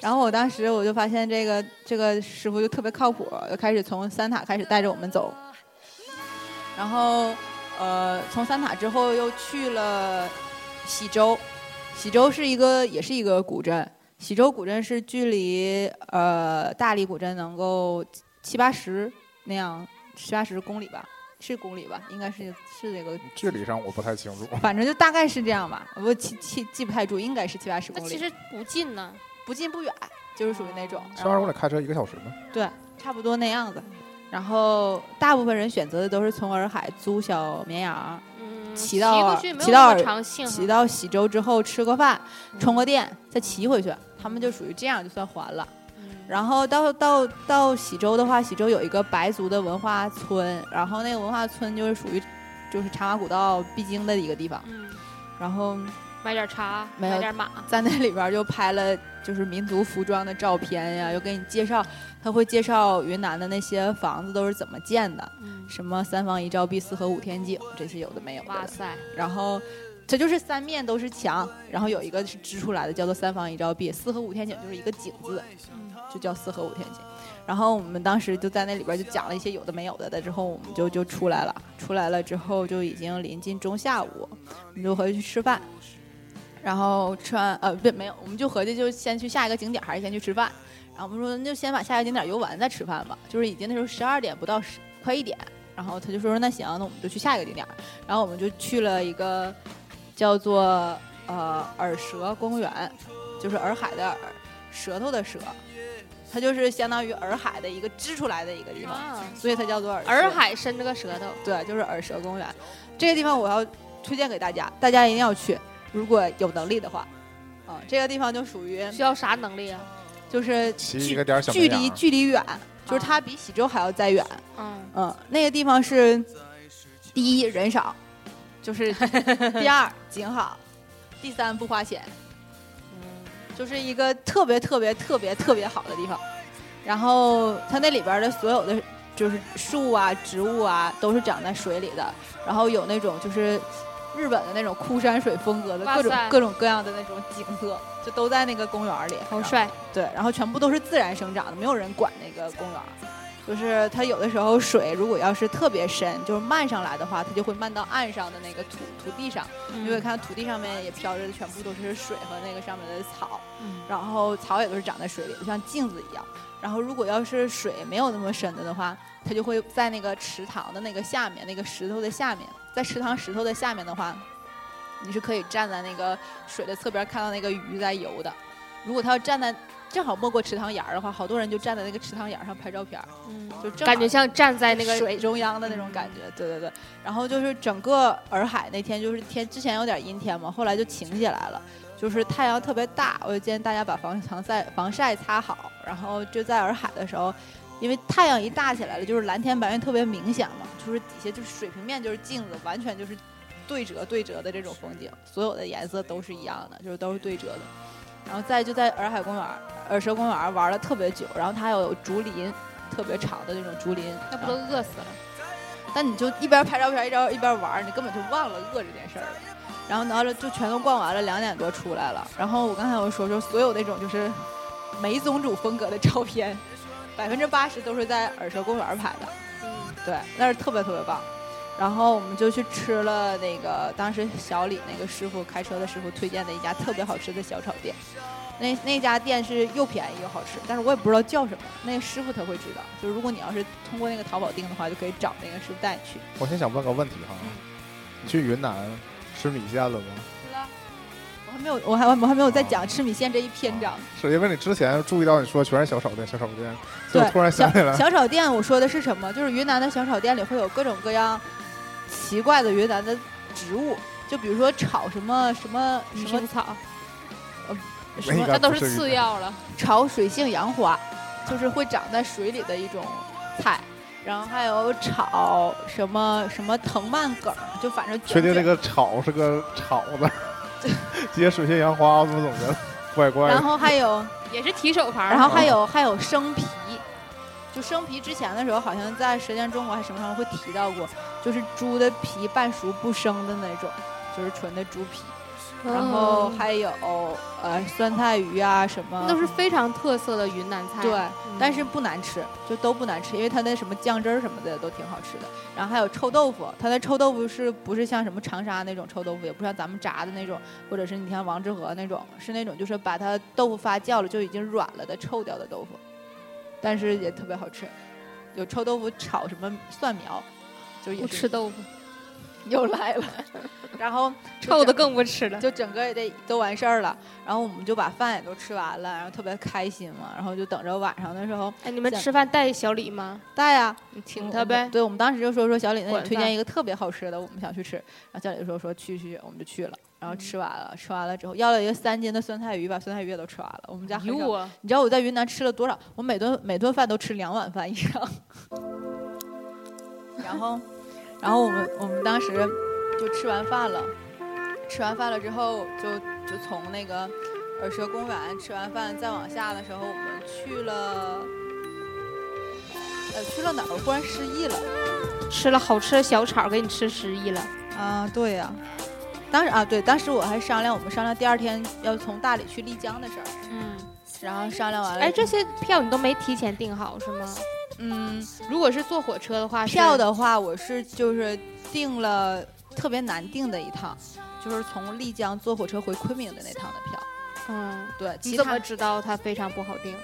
Speaker 4: 然后我当时我就发现这个这个师傅就特别靠谱，就开始从三塔开始带着我们走，然后呃从三塔之后又去了喜洲，喜洲是一个也是一个古镇，喜洲古镇是距离呃大理古镇能够七八十那样七八十公里吧，是公里吧，应该是是这个
Speaker 2: 距离上我不太清楚。
Speaker 4: 反正就大概是这样吧，我记记记不太住，应该是七八十
Speaker 3: 那
Speaker 4: 公
Speaker 3: 其
Speaker 4: 里，
Speaker 3: 实不近呢，
Speaker 4: 不近不远，就是属于那种，嗯
Speaker 2: 七八十公里开车一个小时呢，
Speaker 4: 差不多那样子。然后大部分人选择的都是从洱海租小绵羊，
Speaker 3: 嗯，
Speaker 4: 骑到
Speaker 3: 过去没有
Speaker 4: 骑到
Speaker 3: 那么
Speaker 4: 耳
Speaker 3: 长性
Speaker 4: 骑
Speaker 3: 哈，
Speaker 4: 到喜洲之后吃个饭，
Speaker 3: 嗯
Speaker 4: 充个电，再骑回去，他们就属于这样就算还了。
Speaker 3: 嗯
Speaker 4: 然后到到到喜洲的话，喜洲有一个白族的文化村，然后那个文化村就是属于就是茶马古道必经的一个地方，
Speaker 3: 嗯，
Speaker 4: 然后。
Speaker 3: 买点茶，
Speaker 4: 没有
Speaker 3: 买点马，
Speaker 4: 在那里边儿就拍了就是民族服装的照片呀， [LAUGHS] 又给你介绍，他会介绍云南的那些房子都是怎么建的，
Speaker 3: 嗯，
Speaker 4: 什么三房一照壁、四合五天井这些有的没有
Speaker 3: 哇
Speaker 4: 的。
Speaker 3: 塞，
Speaker 4: 然后它就是三面都是墙，然后有一个是支出来的，叫做三房一照壁，四合五天井就是一个井字，
Speaker 3: 嗯
Speaker 4: 就叫四合五天井。然后我们当时就在那里边就讲了一些有的没有的的，之后我们就就出来了，出来了之后就已经临近中下午，我们就回去吃饭，然后吃完呃不没有，我们就合计就先去下一个景点还是先去吃饭，然后我们说那就先把下一个景点游完再吃饭吧，就是已经那时候十二点不到十快一点，然后他就说那行，那我们就去下一个景点，然后我们就去了一个叫做呃耳蛇公园，就是洱海的洱，舌头的舌。它就是相当于洱海的一个支出来的一个地方，
Speaker 3: 啊，
Speaker 4: 所以它叫做洱
Speaker 3: 洱
Speaker 4: 蛇
Speaker 3: 海伸着个舌头，
Speaker 4: 对，就是耳蛇公园，这个地方我要推荐给大家，大家一定要去，如果有能力的话。啊、这个地方就属于
Speaker 3: 需要啥能力啊？
Speaker 4: 就是
Speaker 2: 骑
Speaker 4: 距
Speaker 2: 一个点儿小啊
Speaker 4: 距
Speaker 2: 绵
Speaker 4: 离
Speaker 2: 羊
Speaker 4: 距离远，就是它比喜洲还要再远。
Speaker 3: 嗯，
Speaker 4: 嗯，那个地方是第一人少，就是
Speaker 3: [LAUGHS]
Speaker 4: 第二景好，第三不花钱，
Speaker 3: 嗯
Speaker 4: 就是一个特别特别特别特别好的地方。然后它那里边儿的所有的就是树啊、植物啊，都是长在水里的，然后有那种就是日本的那种枯山水风格的
Speaker 3: 哇
Speaker 4: 各种
Speaker 3: 塞
Speaker 4: 各种各样的那种景色，就都在那个公园儿里。
Speaker 3: 好帅，
Speaker 4: 对，然后全部都是自然生长的，没有人管那个公园儿。就是它有的时候水如果要是特别深，就是漫上来的话，它就会漫到岸上的那个土土地上。你会
Speaker 3: 嗯
Speaker 4: 看土地上面也飘着的全部都是水和那个上面的草，
Speaker 3: 嗯
Speaker 4: 然后草也都是长在水里，就像镜子一样。然后如果要是水没有那么深的的话，它就会在那个池塘的那个下面，那个石头的下面，在池塘石头的下面的话，你是可以站在那个水的侧边看到那个鱼在游的。如果它要站在正好没过池塘沿儿的话，好多人就站在那个池塘沿儿上拍照片儿，
Speaker 3: 嗯，
Speaker 4: 就正好
Speaker 3: 感觉像站在那个
Speaker 4: 水中央的那种感觉，对对对。然后就是整个洱海那天就是天之前有点阴天嘛，后来就晴起来了，就是太阳特别大，我就建议大家把防防晒防晒擦好。然后就在洱海的时候，因为太阳一大起来了，就是蓝天白云特别明显嘛，就是底下就是水平面就是镜子，完全就是对折对折的这种风景，所有的颜色都是一样的，就是都是对折的。然后再就在洱海公园、洱蛇公园玩了特别久，然后它还有竹林，特别长的那种竹林，
Speaker 3: 那不
Speaker 4: 然
Speaker 3: 都
Speaker 4: 后
Speaker 3: 饿死了？
Speaker 4: 但你就一边拍照片一边一边玩儿，你根本就忘了饿这件事儿了。然后，然后就全都逛完了，两点多出来了。然后我刚才我说说，所有那种就是梅宗主风格的照片，百分之八十都是在耳蛇公园拍的。
Speaker 3: 嗯，
Speaker 4: 对，那是特别特别棒。然后我们就去吃了那个当时小李那个师傅开车的师傅推荐的一家特别好吃的小炒店。那那家店是又便宜又好吃，但是我也不知道叫什么，那个师傅他会知道。就是如果你要是通过那个淘宝订的话，就可以找那个师傅带你去。
Speaker 2: 我先想问个问题哈，
Speaker 4: 嗯
Speaker 2: 你去云南吃米线了吗？
Speaker 4: 我还没有，我还我还没有在讲
Speaker 2: 哦
Speaker 4: 吃米线这一篇章。
Speaker 2: 是因为你之前注意到你说全是小炒店，小炒店，所以
Speaker 4: 对
Speaker 2: 我突然想起来，
Speaker 4: 小炒店，我说的是什么？就是云南的小炒店里会有各种各样奇怪的云南的植物，就比如说炒什么什么什么呃
Speaker 3: 薰草，
Speaker 4: 什
Speaker 2: 那
Speaker 4: 么
Speaker 2: 个
Speaker 3: 那都
Speaker 2: 不
Speaker 3: 是
Speaker 2: 是
Speaker 3: 次
Speaker 2: 云南
Speaker 3: 要了。
Speaker 4: 炒水性杨花，就是会长在水里的一种菜。然后还有炒什么什么藤蔓梗儿，就反正
Speaker 2: 确定这
Speaker 4: 卷
Speaker 2: 个炒是个炒字，接水性杨花，我怎么总觉得怪怪
Speaker 4: 然
Speaker 2: 的？
Speaker 4: 后还有
Speaker 3: 也是提手牌儿，啊
Speaker 4: 然后还有还有生皮，就生皮之前的时候，好像在《舌尖中国》还什么上会提到过，就是猪的皮半熟不生的那种，就是纯的猪皮。然后
Speaker 3: 嗯
Speaker 4: 还有呃酸菜鱼啊什么，
Speaker 3: 都是非常特色的云南菜。
Speaker 4: 对，
Speaker 3: 嗯
Speaker 4: 但是不难吃，就都不难吃，因为它那什么酱汁儿什么的都挺好吃的。然后还有臭豆腐，它的臭豆腐是不是像什么长沙那种臭豆腐，也不像咱们炸的那种，或者是你像王致和那种，是那种就是把它豆腐发酵了就已经软了的臭掉的豆腐，但是也特别好吃。有臭豆腐炒什么蒜苗，就也
Speaker 3: 不
Speaker 4: 是
Speaker 3: 吃豆腐，
Speaker 4: 又来了， [LAUGHS] 然
Speaker 3: [LAUGHS]
Speaker 4: 后
Speaker 3: 臭的更不吃了。
Speaker 4: 就整个也得都完事儿了，然后我们就把饭也都吃完了，然后特别开心嘛，然后就等着晚上的时候
Speaker 3: 哎，你们
Speaker 4: 想
Speaker 3: 吃饭带小李吗？
Speaker 4: 带呀、
Speaker 3: 你
Speaker 4: 我
Speaker 3: 请
Speaker 4: 们
Speaker 3: 他呗。
Speaker 4: 对，我们当时就说说小李，那
Speaker 3: 管
Speaker 4: 你推
Speaker 3: 饭
Speaker 4: 荐一个特别好吃的，我们想去吃。然后小李就说说去去，我们就去了。然后
Speaker 3: 嗯
Speaker 4: 吃完了，吃完了之后要了一个三斤的酸菜鱼，把酸菜鱼也都吃完了。我们家很少，
Speaker 3: 我
Speaker 4: 你知道我在云南吃了多少？我每顿每顿饭都吃两碗饭以上。 [LAUGHS] 然后，然后我们我们当时就吃完饭了，吃完饭了之后就就从那个耳蛇公园吃完饭再往下的时候，我们去了。呃，去了哪儿？我忽然失忆了。
Speaker 3: 吃了好吃的小炒，给你吃失忆了。
Speaker 4: 啊，对呀、当时啊，对，当时我还商量，我们商量第二天要从大理去丽江的事儿，
Speaker 3: 嗯，
Speaker 4: 然后商量完了，
Speaker 3: 哎，这些票你都没提前订好是吗？
Speaker 4: 嗯，
Speaker 3: 如果是坐火车的话，是
Speaker 4: 票的话，我是就是订了特别难订的一趟，就是从丽江坐火车回昆明的那趟的票，
Speaker 3: 嗯，
Speaker 4: 对，
Speaker 3: 你
Speaker 4: 其
Speaker 3: 怎么
Speaker 4: 他
Speaker 3: 知道它非常不好订？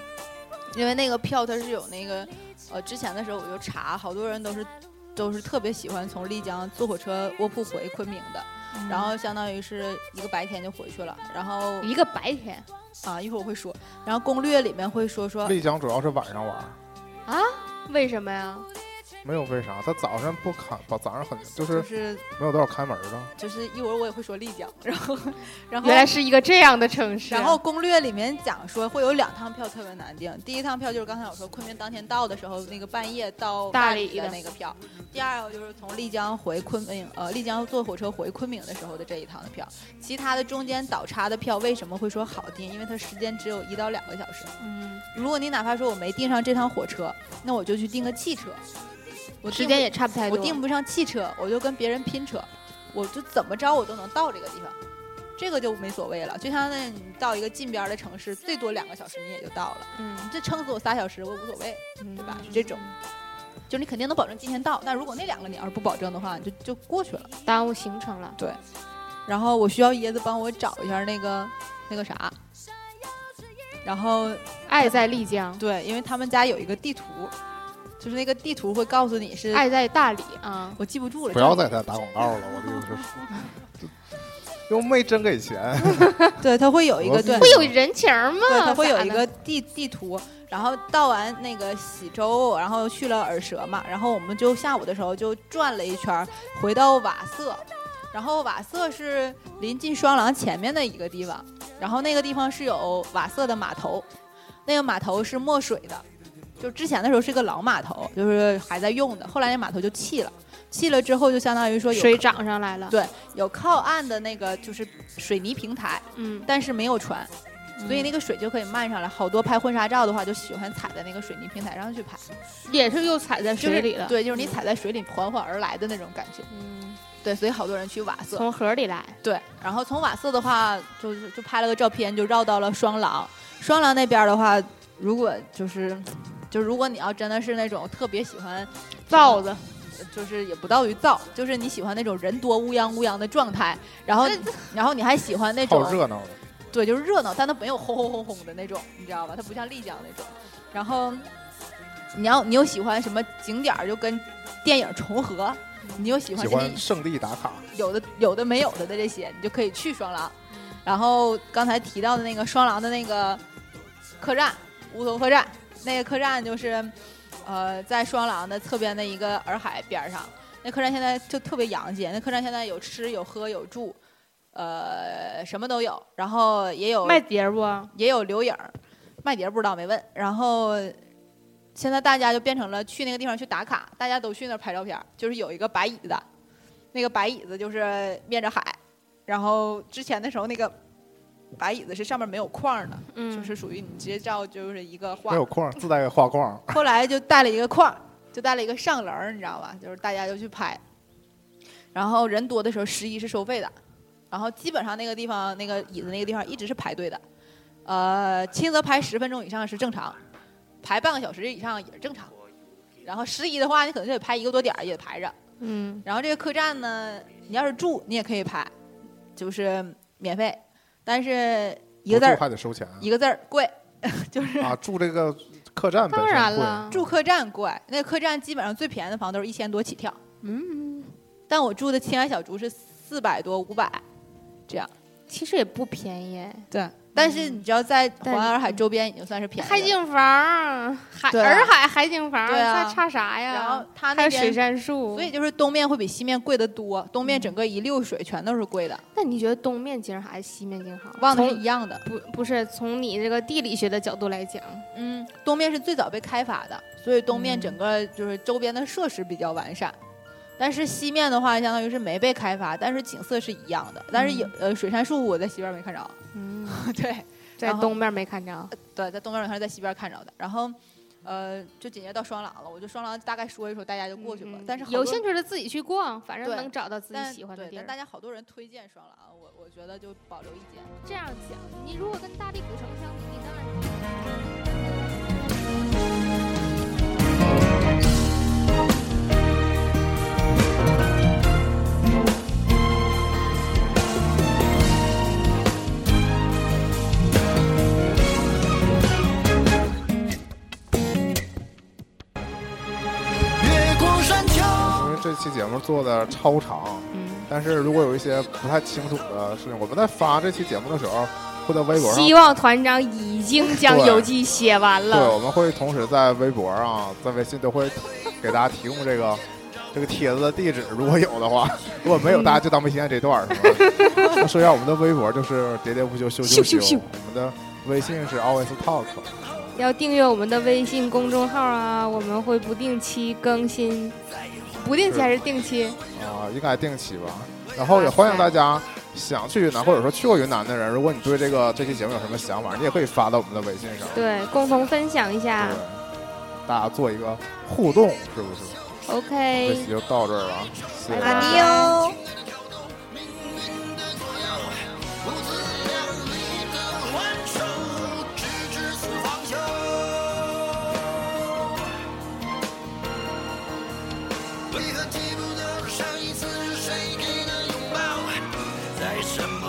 Speaker 4: 因为那个票它是有那个，呃，之前的时候我就查，好多人都是都是特别喜欢从丽江坐火车卧铺回昆明的，
Speaker 3: 嗯
Speaker 4: 然后相当于是一个白天就回去了，然后
Speaker 3: 一个白天，
Speaker 4: 啊，一会儿我会说，然后攻略里面会说说
Speaker 2: 丽江主要是晚上玩，
Speaker 3: 为什么呀？
Speaker 2: 没有为啥，它早上不开，早早上很就是
Speaker 4: 就是
Speaker 2: 没有多少开门的。
Speaker 4: 就是一会儿我也会说丽江，然后然后
Speaker 3: 原来是一个这样的城市。啊
Speaker 4: 然后攻略里面讲说会有两趟票特别难订，第一趟票就是刚才我说昆明当天到的时候那个半夜到
Speaker 3: 大理
Speaker 4: 理的
Speaker 3: 的
Speaker 4: 那个票，第二个就是从丽江回昆明呃丽江坐火车回昆明的时候的这一趟的票，其他的中间倒插的票为什么会说好订？因为它时间只有一到两个小时。
Speaker 3: 嗯，
Speaker 4: 如果你哪怕说我没订上这趟火车，那我就去订个汽车，我
Speaker 3: 时
Speaker 4: 订
Speaker 3: 间
Speaker 4: 不
Speaker 3: 也差不太
Speaker 4: 我
Speaker 3: 多。
Speaker 4: 订不上汽车，我就跟别人拼车，我就怎么着我都能到这个地方，这个就没所谓了。就相当于你到一个近边儿的城市，最多两个小时你也就到了，
Speaker 3: 嗯，
Speaker 4: 你这撑死我仨小时我也无所谓，
Speaker 3: 嗯
Speaker 4: 对吧？是这种，就你肯定能保证今天到，但如果那两个你要是不保证的话，你就就过去了。
Speaker 3: 耽误行程了。
Speaker 4: 然后我需要椰子帮我找一下那个那个啥，然后
Speaker 3: 爱在丽江，
Speaker 4: 对，因为他们家有一个地图，就是那个地图会告诉你是，
Speaker 3: 爱在大理啊。
Speaker 4: 我记不住了，
Speaker 2: 不要再再打广告了，我的意思
Speaker 4: [LAUGHS]
Speaker 2: 是说，又没真给钱，
Speaker 4: 对，它会有一个
Speaker 2: 我
Speaker 4: 对。
Speaker 3: 会有人情儿吗？
Speaker 4: 对，它会有
Speaker 3: 咋
Speaker 4: 一
Speaker 3: 的
Speaker 4: 个地地图，然后到完那个喜洲，然后去了耳蛇嘛，然后我们就下午的时候就转了一圈儿，回到瓦瑟，然后瓦瑟是临近双廊前面的一个地方，然后那个地方是有瓦瑟的码头，那个码头是没水的，就之前的时候是个老码头，就是还在用的，后来那码头就弃了，弃了之后就相当于说有
Speaker 3: 水涨上来了。
Speaker 4: 对有靠岸的那个就是水泥平台，
Speaker 3: 嗯，
Speaker 4: 但是没有船。所以那
Speaker 3: 个
Speaker 4: 个水就可以漫上来。好多拍婚纱照的话，就喜欢踩在那个水泥平台上去拍，
Speaker 3: 也是又踩在
Speaker 4: 就是
Speaker 3: 水里了。，
Speaker 4: 对，就是你踩在水里缓缓而来的那种感觉。
Speaker 3: 嗯，
Speaker 4: 对，所以好多人去瓦瑟。
Speaker 3: 从河里来。
Speaker 4: 对，然后从瓦瑟的话，就是就拍了个照片，就绕到了双廊。双廊那边的话，如果就是。就如果你要真的是那种特别喜欢
Speaker 3: 灶子，
Speaker 4: 就是也不到于燥，就是你喜欢那种人多乌泱乌泱的状态，然后然后你还喜欢那种
Speaker 2: 好热闹的。
Speaker 4: 对，就是热闹，但它没有轰轰轰轰的那种，你知道吧？它不像丽江那种。然后，你要你又喜欢什么景点儿，就跟电影重合；你又喜欢
Speaker 2: 喜
Speaker 4: 这
Speaker 2: 欢
Speaker 4: 些
Speaker 2: 圣地打卡，
Speaker 4: 有的有的没有的的这些，你就可以去双廊。然后刚才提到的那个双廊的那个客栈，乌头客栈，那个客栈就是呃在双廊的侧边的一个洱海边儿上。那客栈现在就特别洋气，那客栈现在有吃有喝有住，呃什么都有，然后也有
Speaker 3: 卖碟儿不？
Speaker 4: 也有留影儿，麦蝶不知道没问。然后现在大家就变成了去那个地方去打卡，大家都去那儿拍照片儿，就是有一个白椅子，那个白椅子就是面着海，然后之前的时候那个白椅子是上面没有框儿的，
Speaker 3: 嗯，
Speaker 4: 就是属于你直接照就是一个画
Speaker 2: 没有框，自带个画框， [LAUGHS]
Speaker 4: 后来就带了一个框儿，就带了一个上篮儿，你知道吧？就是大家就去拍。然后人多的时候，十一是收费的，然后基本上那个地方那个椅子那个地方一直是排队的，呃，轻则排十分钟以上是正常，排半个小时以上也是正常。然后十一的话，你可能就得排一个多点儿也得排着。
Speaker 3: 嗯，
Speaker 4: 然后这个客栈呢，你要是住你也可以排，就是免费，但是一个
Speaker 2: 不住
Speaker 4: 字儿
Speaker 2: 还得收钱
Speaker 4: 一个字儿贵， [LAUGHS] 就是
Speaker 2: 啊！住这个客栈本
Speaker 3: 当
Speaker 2: 身
Speaker 3: 然
Speaker 2: 贵啊
Speaker 3: 了，
Speaker 4: 住客栈贵，那个客栈基本上最便宜的房都是一千多起跳，
Speaker 3: 嗯，
Speaker 4: 但我住的青海小竹是四百多五百，
Speaker 3: 其实也不便宜，哎
Speaker 4: 对。但是你知道，在
Speaker 3: 但
Speaker 4: 环洱海周边已经算是便宜了。
Speaker 3: 海景房，海
Speaker 4: 对啊
Speaker 3: 洱海海景房，
Speaker 4: 对啊
Speaker 3: 那差啥呀？
Speaker 4: 然后它
Speaker 3: 还
Speaker 4: 那
Speaker 3: 有水嗯
Speaker 4: 边，
Speaker 3: 杉树，
Speaker 4: 所以就是东面会比西面贵得多。东面整个一溜水全都是贵的，
Speaker 3: 那你觉得东面景好还是西面景好？
Speaker 4: 望的是
Speaker 3: 从
Speaker 4: 一样的。
Speaker 3: 不不是从你这个地理学的角度来讲，
Speaker 4: 嗯，东面是最早被开发的，所以东面
Speaker 3: 嗯
Speaker 4: 整个就是周边的设施比较完善。但是西面的话，相当于是没被开发，但是景色是一样的。但是有呃水杉树，我在西边没看着。
Speaker 3: 嗯，
Speaker 4: 对，
Speaker 3: 在
Speaker 4: 然后
Speaker 3: 东面没看着，
Speaker 4: 对，在东边儿，还是在西边儿看着的。然后，呃，就紧接着到双廊了。我就双廊大概说一说，大家就过去吧。
Speaker 3: 嗯
Speaker 4: 但是好
Speaker 3: 有
Speaker 4: 多
Speaker 3: 兴趣的自己去逛，反正
Speaker 4: 对
Speaker 3: 能找到自己
Speaker 4: 但
Speaker 3: 喜欢的
Speaker 4: 对
Speaker 3: 地
Speaker 4: 但
Speaker 3: 儿。
Speaker 4: 大家好多人推荐双廊，我我觉得就保留意见。
Speaker 3: 这样讲，你如果跟大理古城相比，你当然。
Speaker 5: 越过山丘。
Speaker 2: 因为这期节目做的超长，
Speaker 3: 嗯，
Speaker 2: 但是如果有一些不太清楚的事情，我们在发这期节目的时候，会在微博上
Speaker 3: 希，望团长已经将
Speaker 2: 对
Speaker 3: 游记写完
Speaker 2: 对，
Speaker 3: 了。
Speaker 2: 我们会同时在微博上、在微信都会给大家提供这个这个帖子的地址，如果有的话，如果没有，大家就当没听见这段儿，是吧？ [LAUGHS] 那说一下我们的微博就是喋喋不休，休
Speaker 3: 咻咻咻
Speaker 2: 我们的微信是 always talk。
Speaker 3: 要订阅我们的微信公众号啊，我们会不定期更新，不定期还是定期？
Speaker 2: 啊，应该定期吧。然后也欢迎大家想去云南，或者说去过云南的人，如果你对这个这期节目有什么想法，你也可以发到我们的微信上，
Speaker 3: 对，啊共同分享一下。
Speaker 2: 对，大家做一个互动，是不是？这
Speaker 3: OK，
Speaker 2: 期就到这儿了啊，谢谢
Speaker 3: 拜
Speaker 2: 大家。
Speaker 3: 拜。
Speaker 5: 不自量力的挽手，直至死方休。为何记不得上一次是谁给的拥抱，在什么